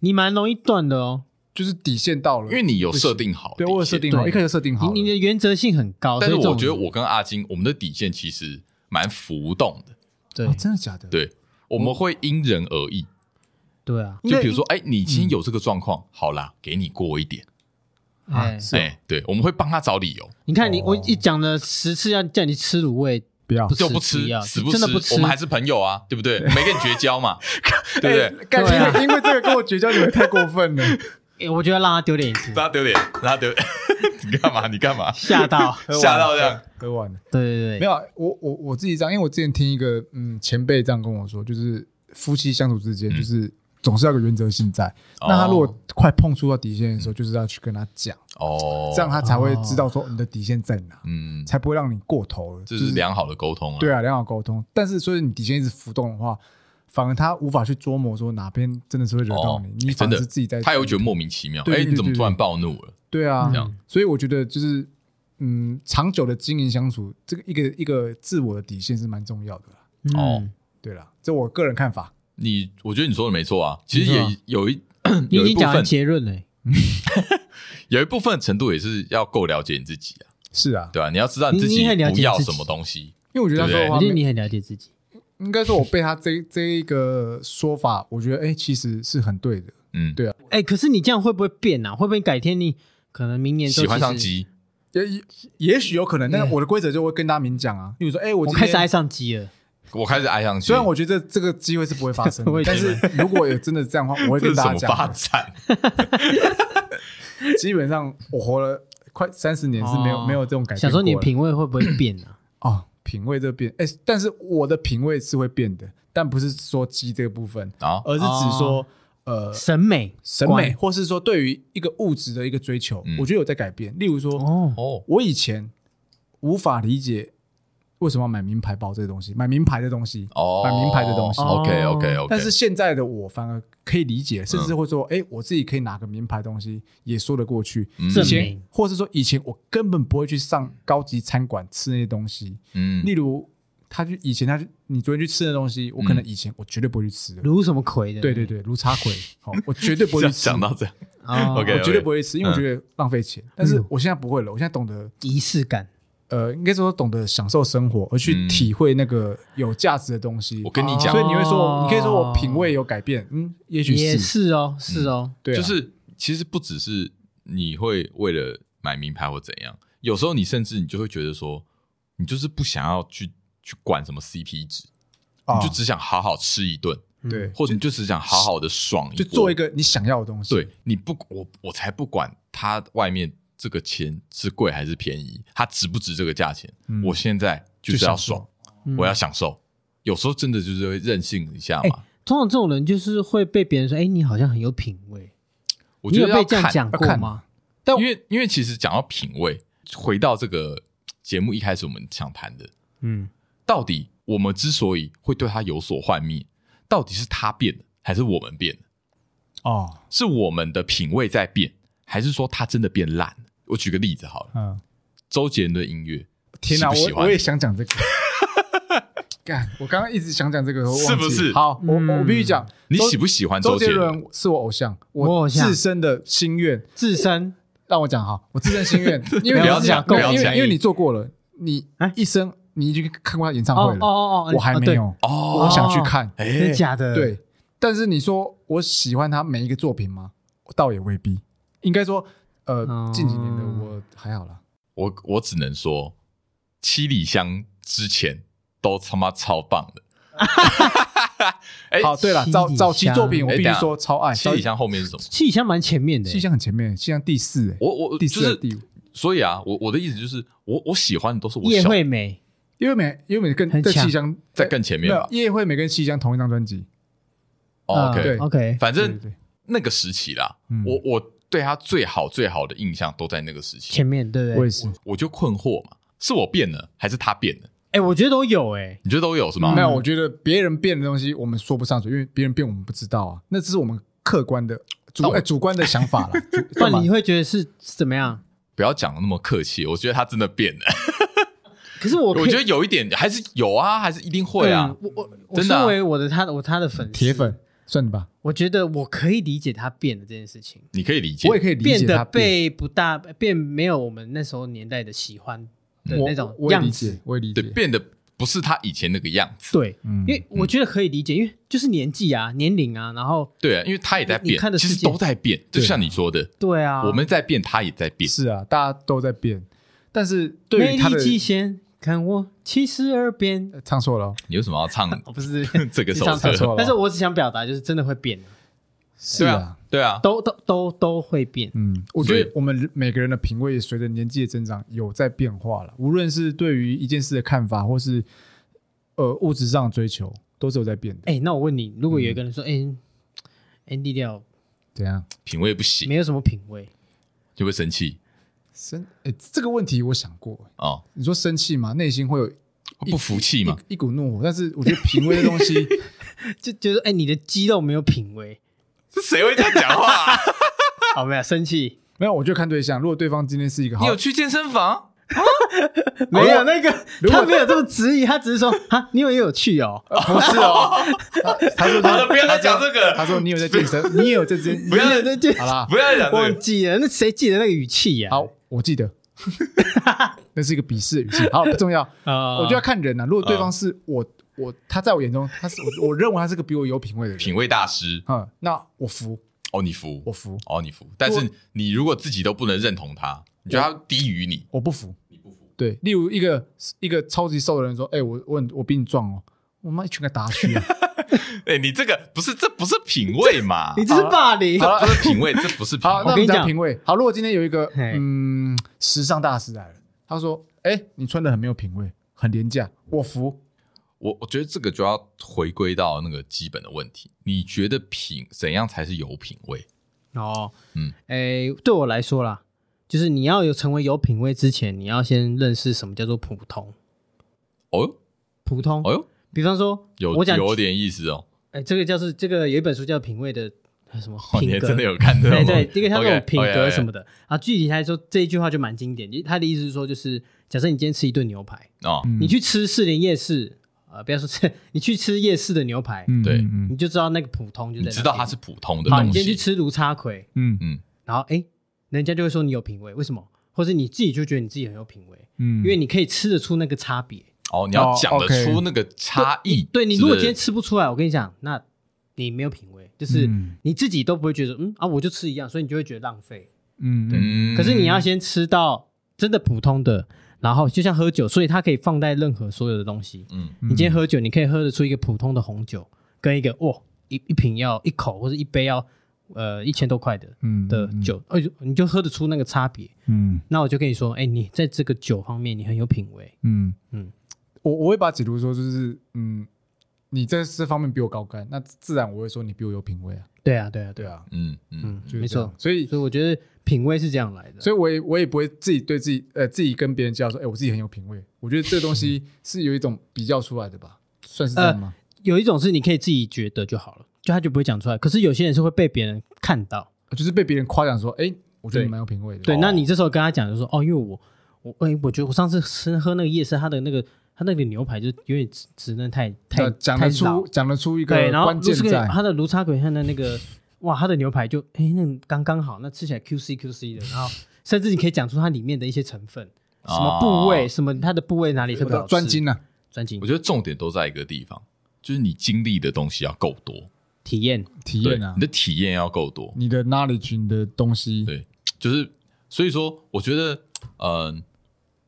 C: 你蛮容易断的哦，
A: 就是底线到了，
B: 因为你有设定好，
A: 对我有设，定好，
C: 对
A: 一开始设定好了，
C: 你你的原则性很高，
B: 但是
C: 所以这
B: 我
C: 种
B: 觉得我跟阿金，我们的底线其实蛮浮动的，
C: 对
A: 啊真的假的？
B: 对，我们会因人而异。
C: 对啊，
B: 就
A: 哦
B: 比如说，哎，你
C: 嗯
B: 今天有这个状况，好啦，给你过一点，
C: 哎
A: 啊，，是哦
B: 哎，对，我们会帮他找理由，
C: 你看你
A: 哦
C: 我一讲了十次要叫你吃卤味，
A: 不啊要
C: 不
B: 就
C: 吃
B: 不
C: 不
B: 吃
C: 要，
B: 死不
C: 真
B: 吃
C: 的不，吃
B: 我们还是朋友啊，对不 对？没跟你绝交嘛，
A: 哎
B: 对不对？
A: 感
C: 对啊
A: 情因为这个跟我绝交，你们太过分了。
C: 哎我觉得让他丢脸一次，
B: 让他丢脸，让他丢脸， 你干嘛？你干嘛？
C: 吓到，
A: 喝完了哎
B: 吓到这样，
A: 喝完了。
C: 对对对，
A: 没有啊，我我我自己这样，因为我之前听一个嗯前辈这样跟我说，就是夫妻相处之间，
B: 嗯
A: 就是总是要有个原则性在。
B: 哦
A: 那他如果快碰触到底线的时候，就是要去跟他讲，
B: 哦，
A: 这样他才会知道说你的底线在哪，
B: 嗯，
A: 才不会让你过头了。
B: 这
A: 就是
B: 良好的沟通啊。
A: 对啊，良好沟通。但是所以你底线一直浮动的话，反而他无法去琢磨说哪边真的是会惹到你，你
B: 哎真
A: 反而
B: 的
A: 是自己在
B: 他也会觉得莫名其妙，
A: 对对
B: 哎，
A: 对
B: 你怎么
A: 对
B: 突然暴怒了？
A: 对啊
B: 这，样
A: 所以我觉得就是嗯，长久的经营相处，这个一个一个自我的底线是蛮重要的啦。
C: 嗯
B: 哦
A: 对啦，这我个人看法。
B: 你我觉得你说的没错啊，其实
C: 没错
B: 也有 一
C: 你
B: 有
C: 已
B: 一
C: 经
B: 部
C: 讲完
B: 分
C: 结论了，欸
B: 有一部分程度也是要够了解你自己啊，
A: 是啊，
B: 对吧？你要知道你自
C: 你
B: 己
C: 你很了
B: 不
C: 解
B: 要
C: 自己
B: 什么东西，
A: 因为我觉得他说的
C: 我
A: 话
C: 觉得
A: 哦没，
C: 你很了解自己，
A: 应该说我被他这这一个说法，我觉得哎、其实是很对的。
B: 嗯，
A: 对
C: 哎，可是你这样会不会变啊？会不会改天你可能明年之后
B: 喜欢上
C: 其实
B: 鸡，
A: 也也也许有可能，但是我的规则就会跟大家明讲啊。例如说，哎、我
C: 我
A: 今
C: 开始爱
A: 天
C: 上鸡了，
B: 我开始爱上鸡，
A: 虽然我觉得这个机会是不会发生的
C: 我也觉
A: 但
C: 得
A: 是如果有真的这样的话，我会
B: 这
A: 跟
B: 是什
A: 大家
B: 么发
A: 讲。啊
B: 展？
A: 基本上我活了快三十年是没有、
C: 哦
A: 没有这种改变过的。
C: 想说你的品味会不会变啊？
A: 哦，品味这变，哎、但是我的品味是会变的，但不是说鸡这个部分，
B: 啊，
A: 而是指说、呃
C: 审美
A: 审美，
C: 观
A: 或是说对于一个物质的一个追求，
B: 嗯
A: 我觉得有在改变。例如说，
C: 哦，
B: 哦，
A: 我以前无法理解为什么要买名牌包这个东西，买名牌的东西，
B: 哦，
A: 买名牌的东西。
C: 哦
B: OK OK OK，
A: 但是现在的我反而可以理解，甚至会说，哎、我自己可以拿个名牌东西也说得过去。
B: 嗯
A: 以
C: 证
A: 前
C: 明，
A: 或是说以前我根本不会去上高级餐馆吃那些东西，
B: 嗯
A: 例，如他去以前他去你昨天去吃的东西，我可能
B: 嗯
A: 以前我绝对不会去吃的。
C: 如什么葵的，
A: 对对对，如 茶葵，好，我绝对不会
B: 这
A: 去
B: 样
A: 吃。
B: 讲到这样，
C: 哦
B: OK
A: 我绝对不会吃，
B: 嗯
A: 因为我觉得浪费钱。但是
C: 嗯
A: 我现在不会了，我现在懂得，
C: 仪式感，
A: 呃，应该说懂得享受生活，而去
B: 嗯
A: 体会那个有价值的东西。啊
B: 我跟你讲
A: 所以你会说我，
C: 哦
A: 你可以说我品味有改变，嗯，也许
C: 也
A: 是，
C: 是哦，是哦，
A: 对啊，
B: 就是其实不只是你会为了买名牌或怎样，有时候你甚至你就会觉得说，你就是不想要去去管什么 CP 值，
A: 啊
B: 你就只想好好吃一顿，
C: 嗯
A: 对，
B: 或者你就只想好好的爽一
A: 就
B: 波，
A: 做一个你想要的东西。
B: 对，你不我我才不管它外面这个钱是贵还是便宜，它值不值这个价钱，
A: 嗯
B: 我现在就
A: 就是
B: 要
A: 享
B: 爽
A: 受，，
C: 嗯
B: 我要享受。有时候真的就是会任性一下嘛，
C: 通常这种人就是会被别人说，哎，你好像很有品味。
B: 我
C: 你
B: 觉
C: 有
B: 得要
C: 被这样
B: 看
C: 讲
A: 要
C: 过
A: 看
C: 吗？
A: 但我
B: 因为因为其实讲到品味，回到这个节目一开始我们想谈的，
C: 嗯，
B: 到底我们之所以会对他有所幻灭，到底是他变了，还是我们变了？
A: 哦，
B: 是我们的品味在变，还是说他真的变烂了？我举个例子好了，
A: 嗯，
B: 周杰伦的音乐，
A: 天哪，
B: 喜不喜
A: 我
B: 欢
A: 我也想讲这 个。干，我刚刚一直想讲这个，我忘记
B: 是不是
A: 好，我我
C: 嗯
A: 必须讲，
B: 你
A: 周
B: 喜不喜欢
A: 周
B: 杰
A: 杰？伦是我偶像，
C: 我偶像
A: 自身的心愿
C: 自身
A: 让我讲哈，我自身心 愿，因为
C: 不
A: 你
C: 要
A: 是
C: 讲
A: 没有
C: 不要
A: 因
B: 讲
A: 为因为你做过了，你
C: 哎
A: 一生你已经看过他演唱
C: 哦哦
A: 会了，
C: 哦哦，
A: 我还没
C: 对
A: 有，
B: 哦，
A: 我想去看，
B: 哎、
C: 真的假的？，
A: 对，但是你说我喜欢他每一个作品吗？倒也未必。应该说，呃，
C: 哦
A: 近几年的我还好啦。
B: 我我只能说，七里香之前都他妈超棒的。哎、
A: 好，对了，
C: 七
A: 早
C: 里
A: 早期
C: 香
A: 作品我
B: 哎
A: 必须
B: 等一下
A: 说超爱。
B: 七里香后面是什么？
C: 气象蛮前面的、
A: 气象很前面，气象第四，哎，
B: 我我
A: 第
B: 哦就
A: 四还是
B: 是，
A: 第五，
B: 所以啊，我我的意思就是，我我喜欢的都是我
C: 叶
B: 小
C: 惠美
A: 因为美因为美更
C: 很
A: 在
C: 强
A: 气象
B: 在更前面
A: 没
B: 吧
A: 有。叶惠美跟西江同一张专辑，
B: 哦
C: 嗯
B: OK，
A: 对
C: OK，
B: 反
A: 对
B: 正
A: 对对，
B: 那个时期啦，
A: 嗯
B: 我我对他最好最好的印象都在那个时期，
C: 前面对不对
A: 我也？是。
B: 我就困惑嘛，是我变了还是他变了？
C: 哎，我觉得都有哎，
B: 你觉得都有是吗？
A: 没有，我觉得别人变的东西我们说不上嘴，因为别人变我们不知道啊，那只是我们客观的主
B: 但我
A: 哎主观的想法 了。主
C: 不然你
A: 干嘛
C: 会觉得是是怎么样？
B: 不要讲的那么客气，我觉得他真的变 了。
C: 可是我
B: 我觉
C: 得
B: 得有一点还是有啊，还是一定会啊。
C: 我我我
B: 真的啊
C: 身为我的他的我他的粉丝
A: 铁，粉算吧，
C: 我觉得我可以理解他变的这件事情，
B: 你可以理解
A: 我，也可以理
C: 变
A: 解
C: 得
A: 他
C: 被不大变没有我们那时候年代的喜欢的
A: 我
C: 那种
A: 嗯我也
C: 样
A: 理
C: 子
A: 解，，我也理
B: 对，
A: 解。
B: 变得不是他以前那个样子。
C: 对，
A: 嗯
C: 因为我觉得可以理解，因为就是年纪啊、年龄啊，然后
B: 对啊，因为他也在
C: 你
B: 变
C: 看，的
B: 其
C: 世
B: 实
C: 界
B: 都在变，就像你说的，
C: 对啊，
B: 我们在变，他也在变。
A: 是啊，大家都在变，但是对
C: 魅
A: 于他的
C: 力极限，看我七十二变，
A: 呃唱错了哦，
B: 你为什么要唱
C: 哦不 是
B: 这个
C: 是
B: 首
C: 唱
A: 错
B: 歌？
A: 了，
C: 但是我只想表达就是真的会变，
A: 是
B: 对啊
A: 啊，，
B: 对啊，
C: 都都都都会变，
A: 嗯，我
B: 所以
A: 觉得我们每个人的品味也随着年纪的增长有在变化了，无论是对于一件事的看法，或是呃物质上的追求，都是有在变的。
C: 哎，那我问你，如果有
A: 嗯
C: 一个人说，哎，Andy 料
A: 怎样？
B: 品味不行
C: 没有什么品味，
B: 就会生气
A: 生哎，这个问题我想过，
B: 哦，
A: 你说生气嘛，内心会有
B: 会哦不服气
A: 一
B: 嘛？
A: 一股怒火，但是我觉得品味的东 西，
C: 就觉得哎，你的肌肉没有品味，
B: 是谁会这样讲话 啊？
C: 好没有生气，
A: 没有，我就看对象。如果对方今天是一个
B: 你
A: 好
B: 有，去健身房？
C: 没有那个
A: 哦 如果
C: 他没有这么质疑，他只是说啊，你有也有趣哦，
A: 不是 哦，他 说
B: 好了不要再讲这个
A: 他说你有在健身，你也有在健，
B: 不要
A: 你也
C: 那就
A: 好啦。
B: 不要讲这
C: 忘
B: 个，
C: 记了，那谁记得那个语气呀？
A: 好，我 记得，那是一个鄙视的语气。好，不重要，
C: 啊，
A: 我就要看人呐、如果对
C: 呃
A: 方是我，我他在我眼中，他是我，我认为他是个比我有品味的人。
B: 品味大师
A: 嗯，那我服，
B: 哦，你服
A: 我服，
B: 哦，你服。但是你如果自己都不能认同他，你觉得他低于你，
A: 我不服。
B: 你不服？
A: 对，例如一个一个超级瘦的人说：“哎、我我很我比你壮哦。”我妈一拳给他打下 去啊！
B: 哎，你这个不是这不是品味 嘛？
C: 你这是霸凌，
A: 好了
B: 这不是品味，这不是品
A: 好，
B: 味。
A: 那
C: 跟
A: 我们
C: 你
A: 讲
C: 讲
A: 品味。好，如果今天有一个
C: 嘿
A: 嗯时尚大师来了，他说：“哎、你穿的很没有品味，很廉价。”我服。
B: 我我觉得这个就要回归到那个基本的问题，你觉得品怎样才是有品味？
C: 哦，
B: 嗯
C: 嗯，诶，对我来说啦，就是你要有成为有品味之前，你要先认识什么叫做普通。
B: 哦哟，
C: 普通，
B: 哦哟，
C: 比方说，
B: 有
C: 我讲，
B: 有点意思哦。
C: 哎，这个叫是这个有一本书叫《品味的呃什么
B: 哦，你
C: 品
B: 还
C: 格》
B: 真的有看这
C: 对
B: 种？
C: 对，因为他那
B: OK，哦
C: 种品格
B: OK，OK，
C: 什么的啊，具体来说这一句话就蛮经典。他的意思是说，就是假设你今天吃一顿牛排，
B: 哦，
A: 嗯
C: 你去吃士林夜市，呃，不要说吃， 你去吃夜市的牛排，
A: 嗯
B: 对
A: 嗯
C: 你就知道那个普通就
B: 你
C: 在
B: 知道
C: 那
B: 它
C: 边
B: 是普通的
C: 好，
B: 东
C: 你今天
B: 西，
C: 去吃卢叉葵，
A: 嗯
B: 嗯，
C: 然后哎，诶人家就会说你有品味，为什么？或者你自己就觉得你自己很有品味，
A: 嗯
C: 因为你可以吃得出那个差别。
B: 哦，你要
A: 哦
B: 讲得
A: OK
B: 出那个差异。
C: 对你如果今天
B: 是
C: 吃不出来，我跟你讲，那你没有品味，就是
A: 嗯
C: 你自己都不会觉得，嗯啊，我就吃一样，所以你就会觉得浪费。
A: 嗯
B: 不是，嗯
C: 可是你要先吃到真的普通的，然后就像喝酒，所以它可以放在任何所有的东西。
B: 嗯，
C: 你
A: 嗯
C: 今天喝酒，你可以喝得出一个普通的红酒，跟一个哇一一瓶要一口或者一杯要呃一千多块的
A: 嗯
C: 的，酒，哎、呦，你就喝得出那个差别。
A: 嗯
C: 那我就跟你说，哎、你在这个酒方面你很有品味，
A: 嗯嗯
C: 嗯，
A: 我我会把解读说就是嗯，你在这方面比我高干，那自然我会说你比我有品味啊，
C: 对啊，对啊，对
A: 对
C: 啊，
A: 啊，
B: 嗯嗯
C: 嗯，
A: 就是
C: 没
A: 这样
C: 错。
A: 所以
C: 所以我觉得品味是这样来的。
A: 所以我也我也不会自己对自己呃自己跟别人介绍说，哎，我自己很有品味，我觉得这东
C: 嗯
A: 西是有一种比较出来的吧，算
C: 呃
A: 是这样吗？
C: 有一种是你可以自己觉得就好了，就他就不会讲出来。可是有些人是会被别人看到，
A: 就是被别人夸奖说，哎，我觉得
C: 对
A: 你蛮有品味的，
C: 对，
A: 哦
C: 那你这时候跟他讲就说，哦，因为我我哎、我觉得我上次吃喝那个夜市，他的那个他那个牛排就有点职职能太太
A: 呃讲
C: 太
A: 得
C: 老
A: 出讲得出一个
C: 对，然后
A: 关键
C: 这个啊
A: 在，
C: 他的卢叉鬼汉的那个，哇，他的牛排就哎、那刚刚好，那吃起来 QC QC 的，然后甚至你可以讲出它里面的一些成分，什么部位，
B: 哦
C: 什么它的部位哪里特
A: 我
C: 别好
A: 的
C: 吃
A: 专精，呐，啊
C: 专精
B: 我，觉得重点都在一个地方，就是你经历的东西要够多。
C: 体验，
A: 体
B: 对
A: 验啊
B: 你，的体验要够多，
A: 你的 knowledge，你的东西，
B: 对，就是所以说，我觉得，嗯、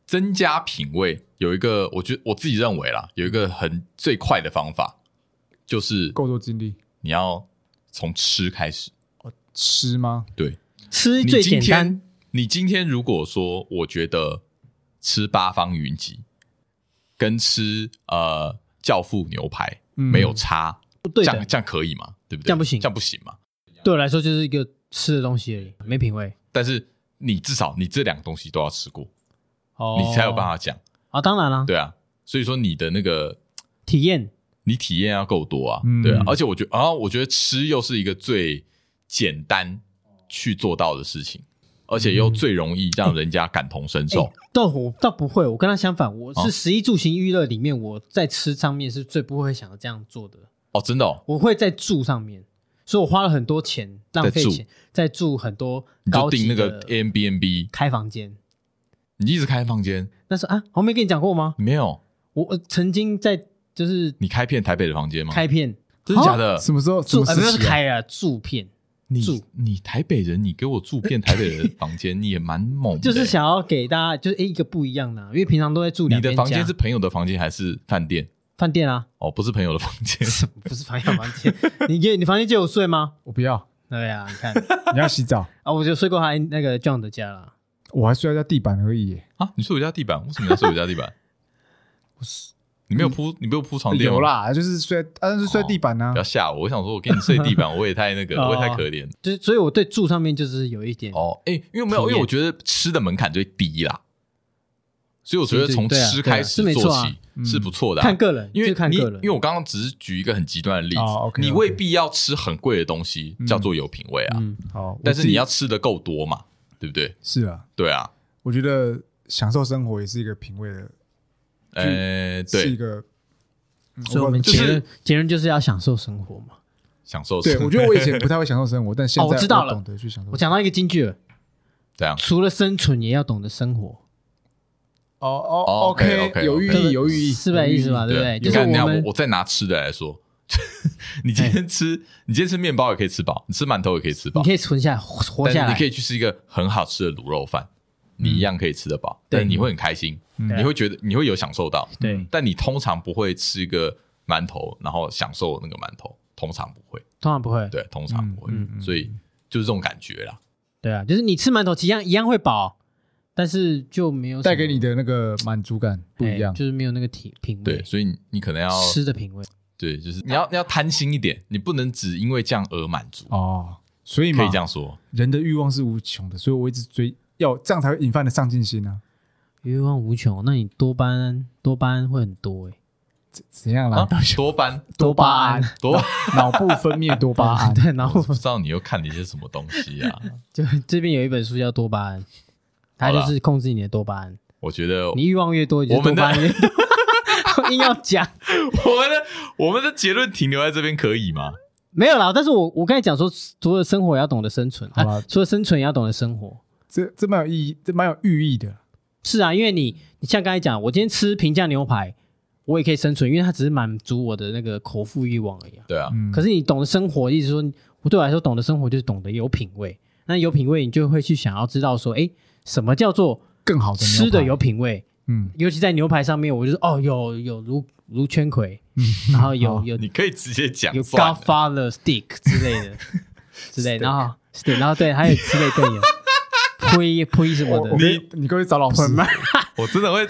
B: 增加品味有一个，我觉得我自己认为啦，有一个很最快的方法，就是
A: 够多精力。
B: 你要从吃开始。
A: 吃吗？
B: 对，
C: 吃
B: 你
C: 最
B: 今
C: 简单
B: 天，你今天如果说，我觉得吃八方云集跟吃呃教父牛排
A: 嗯
B: 没有差，
C: 不对
B: 这
C: 的
B: 样，这样可以吗？对不对？
C: 这样不行
B: 这样不行嘛。
C: 对我来说就是一个吃的东西而已，没品味
B: 但是你至少你这两个东西都要吃过，
C: 哦，
B: 你才有办法讲。
C: 啊，当然啦，
B: 对啊，所以说你的那个
C: 体验
B: 你体验要够多啊，
A: 嗯
B: 对啊，而且我觉得啊，我觉得吃又是一个最简单去做到的事情，而且
C: 嗯
B: 又最容易让人家感同身受。
C: 倒我倒不会，我跟他相反，我
B: 哦
C: 是食衣住行娱乐里面，我在吃上面是最不会想要这样做的，
B: 哦，真的哦，
C: 我会在住上面，所以我花了很多钱，浪费
B: 在住
C: 钱在住很多
B: 你就
C: 高
B: 订
C: 级
B: 那个
C: 的
B: a m b n b
C: 开房间。
B: 你一直开房间，
C: 那时候啊，我没跟你讲过吗？
B: 没有？
C: 我我曾经在就是
B: 你开遍台北的房间吗？
C: 开片
B: 真的假的？
A: 什么时候？什
C: 住，
A: 么
C: 呃，
A: 时
C: 不是
A: 期啊？
C: 开啊，住片，
B: 你
C: 住
B: 你台北人，你给我住遍台北人的房间，你也蛮猛的欸。
C: 就是想要给大家就是诶一个不一样的啊，因为平常都在住
B: 欸你
C: 两
B: 的
C: 边
B: 房间
C: 家
B: 是朋友的房间还是饭店？
C: 饭店啊，
B: 哦，不是朋友的房间，
C: 不是房间房间，你借你房间借我睡吗？
A: 我不要，
C: 对啊，你看
A: 你要洗澡，
C: 啊，我就睡过他那个 John 的家了。
A: 我还睡在地板而已耶。
B: 啊，你睡我家地板，为什么你要睡我家地 板？你
C: 嗯
B: 没有铺，你没有铺床垫吗
A: 有，啦，就是睡，啊但是睡地板呢
B: 哦不要。吓我！我想说，我给你睡地板，我也太那 个，
C: 哦
B: 我也太可怜
C: 就是，所以我对住上面就是有一点，
B: 哦。哎，因为没有，
C: 体验
B: 因为我觉得吃的门槛最低啦，所以我觉得
C: 对对
B: 从
C: 对啊
B: 吃
C: 对啊
B: 开始
C: 是没
B: 做
C: 错啊
B: 起
A: 嗯
B: 是不错的啊。
C: 看个人，
B: 因为
C: 就看
B: 你
C: 个人，
B: 因为我刚刚只是举一个很极端的例
A: 哦
B: 子，
A: ，OK，OK
B: 你未必要吃很贵的东西叫做有品味啊，
C: 嗯，
A: 好，
B: 但
A: 我
B: 是
A: 自己
B: 你要吃的够多嘛，对不对？
A: 是啊，
B: 对啊，
A: 我觉得享受生活也是一个品味的，
B: 呃，
A: 是
B: 对，
A: 一个。嗯
C: 所以我
A: 不
C: 们
A: 知
B: 就
A: 道
B: 是
C: 结论结论就是要享受生活嘛。
B: 享受
A: 对，
B: 吃
A: 我觉得我以前不太会享受生活，但现
C: 哦
A: 在
C: 我知道了
A: 懂得去享受
C: 我。讲到一个金句了，
B: 这样
C: 除了生存，也要懂得生活，
A: 哦哦
B: 哦
A: ，OK，
B: ，OK，OK，
A: 有寓
C: 对不
A: 意，
C: 对
A: 有寓意，
C: 是吧？
A: 有寓
C: 意
A: 意
C: 思吧？对不对？
B: 啊你
C: 就是
B: 看，你看，
C: 们哎
B: 我我再拿吃的来说， 你今天吃，你今天吃面包也可以吃饱，你吃馒头也可以吃饱
C: 你，可以存下来，活活
B: 但
C: 下
B: 是
C: 来，嗯
B: 你可以去吃一个很好吃的卤肉饭，你一样可以吃得饱，
C: 对
B: 但你会很开心，
A: 嗯
B: 你会觉得你会有享受到，
C: 对，
B: 但你通常不会吃一个馒头，然后享受那个馒头，通常不会，
C: 通常不会，
B: 对，通常不会
A: 嗯嗯，嗯
B: 所以就是这种感觉啦。
C: 对啊，就是你吃馒头一样一样会饱，但是就没有什么
A: 带给你的那个满足感不一样
C: 哎。就是没有那个体品
B: 对，
C: 味，
B: 所以你你可能要
C: 吃的品味。
B: 对，就是你要你要贪心一点，你不能只因为这样而满足，
A: 哦，所以
B: 可
A: 嘛
B: 以这，样说。
A: 人的欲望是无穷的，所以我一直追，要这样才会引发你的上进心啊。
C: 欲望无穷，那你多巴胺多巴胺会很多哎、
A: 怎样
B: 啊
A: 啦？，
B: 多班
C: 多巴胺
B: 多。
A: 脑部分泌多巴 胺，
C: 对，然后
B: 我不知道你又看了一些什么东西啊？
C: 就这边有一本书叫多巴胺，它就
B: 好
C: 是控制你的多巴胺，
B: 我觉得我
C: 你欲望越多，你就
B: 哦我们
C: 多
B: 的
C: 巴胺越多。 硬要讲
B: 们的我们的结论停留在这边可以吗？
C: 没有啦，但是我我刚才讲说，除了生活也要懂得生存，
A: 好啦
C: 啊、除了生存也要懂得生活。
A: 这这蛮有意义，这蛮有寓意的。
C: 是啊，因为你你像刚才讲，我今天吃平价牛排，我也可以生存，因为它只是满足我的那个口腹欲望而已、啊。
B: 对啊，
A: 嗯，
C: 可是你懂得生活，意思说，我对我来说，懂得生活就是懂得有品味。那有品味，你就会去想要知道说，哎，什么叫做
A: 更好的牛排
C: 吃的有，品味？
A: 嗯，
C: 尤其在牛排上面，我就是哦，有有卢卢圈葵，然后有
A: 好
C: 有
B: 你可以直接讲
C: 有
B: 算了
C: Godfather Stick 之类 的之类，然后 stick，然后对，还有之类更有呸呸什么
A: 我我
C: 的。
A: 你你可以找老师，
B: 我真的会，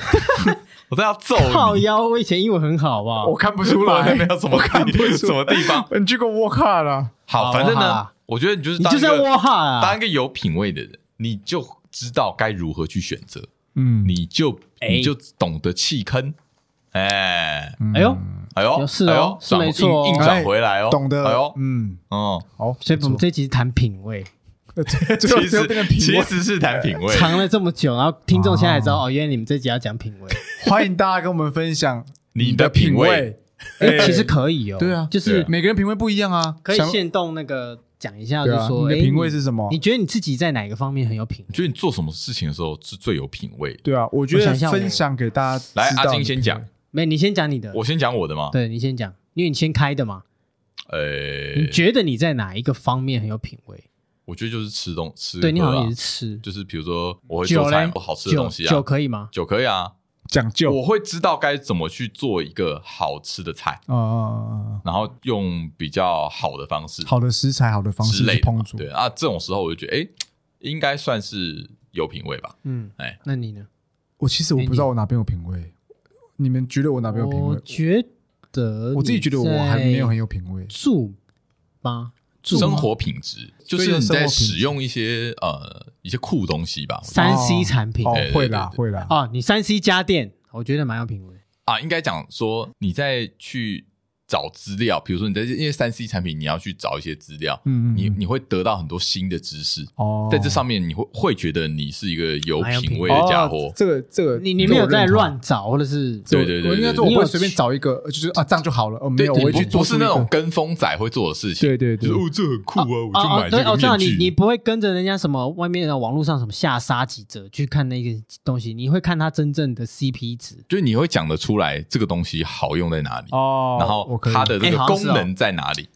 B: 我真的要揍
C: 靠
B: 你！
C: 腰，我以前英文很好，好不好
A: 我？看不出
B: 我
A: 来
B: 还，没有什么
A: 我 看不
B: 地
A: 出
B: 什么地方。
A: 你去给我看了，
B: 好，
C: 好
B: 反正
C: 好
B: 呢
C: 啦，
B: 我觉得你就是
C: 你
B: 当
C: 就
B: 一
C: 是要
B: 个
C: 哇哈
B: 当
C: 啊
B: 一！个有品味的人，你就知道该如何去选择，
A: 嗯，
B: 你就
C: 哎
B: 你就懂得弃坑。哎，
A: 嗯
C: 哎呦，
B: 哎呦，
C: 有是哦
B: 哎呦
C: 是
B: 转
C: 没错哦
B: 硬硬转回来哦，
A: 懂得，
B: 哎呦，
A: 嗯，
B: 嗯，
A: 好，
C: 所以我们
A: 不错
C: 这集谈品味，
A: 最后
B: 其
A: 最后
B: 实
A: 变成评
B: 其
A: 论。
B: 实是谈品味，
C: 藏了这么久，然后听众现在才
A: 啊
C: 知道哦，原来你们这集要讲品 味。
A: 欢迎大家跟我们分享
B: 你的
A: 的
B: 品味
A: 味。
C: 哎，
A: 哎
C: 其实可以哦，
A: 对啊
C: 就是
B: 对
A: 每个人品味不一样啊，
C: 可以
A: 想
C: 限动那个讲一下，就
A: 对
C: 是
A: 啊，
C: 说
A: 你
C: 哎
A: 的品味是什么
C: 你？觉得你自己在哪个方面很有品
B: 你
C: 味？
B: 觉得你做什么事情的时候是最有品味的？
A: 对啊，我觉
C: 我
A: 得
C: 想一下我
A: 分享给大家知道
B: 来
A: 你的品味。
B: 阿金先讲
C: 没，你先讲你的，
B: 我先讲我的嘛。
C: 对你先讲，因为你先开的嘛。你
B: 呃，
C: 觉得你在哪一个方面很有品味？
B: 我觉得就是吃东吃喝啊，
C: 对你好像也是吃
B: 就是比如说我会
C: 酒
B: 做
C: 嘞
B: 菜，我，好吃的
C: 酒
B: 东西啊，
C: 酒可以吗？
B: 酒可以啊，
A: 讲究
B: 我会知道该怎么去做一个好吃的菜，
A: 啊、呃，
B: 然后用比较好的方式，
A: 好的食材、好的方
B: 之
A: 式
B: 类
A: 去
B: 的嘛
A: 烹煮。
B: 对啊，这种时候我就觉得，哎，应该算是有品味吧。
C: 嗯，
B: 哎，
C: 那你呢？
A: 我其实我不知道我哪边有品味，你们觉得我哪边有品
C: 我
A: 味？
C: 觉得
A: 我自己觉得我还没有哦很有品味。
C: 住吗？住
B: 生活品质就是
A: 对
B: 你
A: 生活
B: 在
A: 品质
B: 使用一些呃一些酷东西吧我觉得
C: 三 C 产品
A: 哦
B: 对对，
A: 会啦，
B: 对
A: 会啦。
C: 哦，你三 C 家电，我觉得蛮有品味。
B: 啊，应该讲说你在去找资料，比如说你在因为三 C 产品，你要去找一些资料，
A: 嗯嗯嗯
B: 你你会得到很多新的知识，
A: 哦，
B: 在这上面你会会觉得你是一个有
C: 蛮有
B: 品
C: 品
B: 味
C: 味
B: 的家伙
A: 哦，这个这个，
C: 你你没有在
A: 这个我认同
C: 乱找，或者是
B: 对对对
A: 我应该
B: 对
A: 说我
C: 对
A: 不会
C: 对
A: 随便找一个，呃就是啊这样就好了。哦，没有，
B: 你
A: 我会去
B: 不
A: 做
B: 不
A: 出
B: 是那
A: 一个
B: 种跟风仔会做的事情，
A: 对对对
B: 就是哦这很酷啊，我就
C: 哦
B: 买
C: 哦，对
B: 这
C: 哦，
B: 个
C: 我知道
B: 面
C: 你你
B: 具。
C: 不会跟着人家什么外面的网络上什么下杀几折去看那个东西，你会看它真正的 CP 值。
B: 就是你会讲得出来这个东西好用在哪里，
A: 哦，
B: 然后
A: 我可以
B: 它的这
C: 哎
B: 个
C: 好像
B: 功
C: 是哦哎
B: 能在哪里，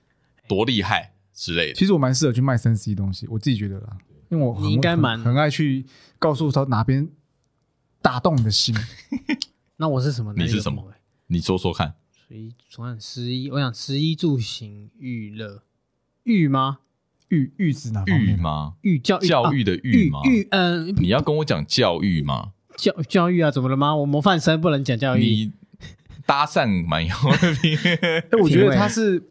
B: 多厉害之类的。
A: 其实我蛮适合去卖三 C 东西，我自己觉得啦，因为我很
C: 你应该蛮
A: 很很爱去告诉他哪边打动你的 心。
C: 那我是什么呢？
B: 你是什么
C: 有品味？
B: 你说说看，
C: 所以我想十一，我想十一住行娱乐，育吗？
A: 玉玉指哪方
B: 育
A: 面？
B: 吗？
C: 育教
A: 嗯
C: 育
B: 教育
C: 啊
B: 的
A: 哦
B: 育
C: 育
B: 吗？
C: 育嗯
B: 你要跟我讲教育吗？
C: 教教育啊，怎么了吗？我模范生不能讲教育，
B: 你搭讪蛮有品味
A: 哎，我觉
C: 品
A: 得
C: 味
A: 他是，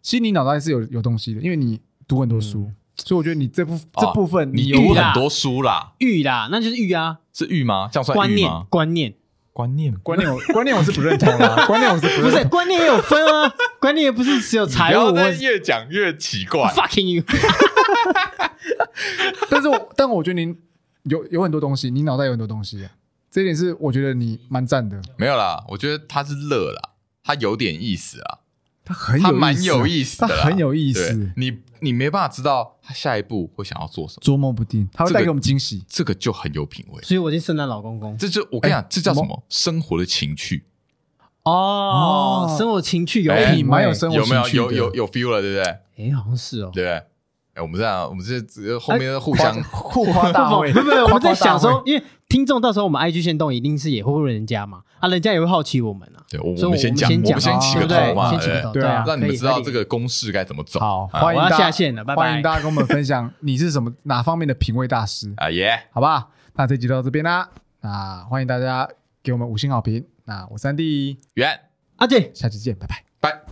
A: 其实你脑袋是有有东西的，因为你读很多书，所以我觉得你这部这部分
B: 嗯啊你
A: 有
B: 读
C: 啦
B: 很多书啦，
C: 育啦，那就是育啊，
B: 是玉吗？这样算
C: 观
B: 玉
C: 念
B: 吗？
C: 观念
B: 观念
A: 观念我，观念我是不认同 啦，观念我是
C: 不
A: 不认
C: 是
A: 同。
C: 观念也有分啊，观念也不是只有
B: 不
C: 财
B: 要
C: 务
B: 再
C: 或
B: 越讲越奇 怪。
C: fucking you。
A: 但是我 但我觉得你有有很多东西，你脑袋有很多东西、啊，这一点是我觉得你蛮赞的。
B: 没有啦，我觉得他是乐啦，他有点意思啊，
A: 他很
B: 他
A: 有
B: 蛮有
A: 意啊
B: 意思的啦，
A: 他很有意
B: 对
A: 思，
B: 你你没办法知道他下一步会想要做什么，
A: 捉摸不定，他会
B: 这个
A: 带给我们惊喜。
B: 这个就很有品味。
C: 所以我是圣诞老公公
B: 这就我跟你讲，这叫什
A: 什
B: 么？生活的情趣
C: 哦
A: 哦，
C: 生活情趣有
B: 哎
A: 你
C: 品
A: 蛮
C: 味
A: 有，生活
B: 有没有
A: 情趣的
B: 有有有 feel 了，对不对？
C: 哎，好像是哦。
B: 对不对？哎，我们这样，我们这这呃后面互相
A: 互夸大
C: 不
A: 会，
C: 不不，我们在想
A: 夸夸大
C: 说
A: 会，，
C: 因为听众到时候我们 IG 线动一定是也会问人家嘛，啊，人家也会好奇我们啊，
B: 对，我
C: 所
B: 们
C: 以我
B: 讲，我们
C: 们
B: 先
A: 讲
B: 起
C: 对
B: 个
C: 不对
B: 头嘛，
C: 先起
B: 对
C: 个
B: 不
C: 头，
B: 对
A: 对啊
C: 啊，
B: 让你们
C: 可以
B: 知道
C: 可以
B: 这个公式该怎么走。
A: 好，
B: 啊
A: 欢迎
C: 我要
A: 大家
C: 下线了拜拜
A: 欢迎大家跟我们分享你是什么哪方面的品味大师，
B: 啊耶，
A: 好吧？那这集就到这边啦，那欢迎大家给我们五星好评。那我三弟，
B: 圆，
C: 啊，对，
A: 下期见，拜拜。
B: 拜。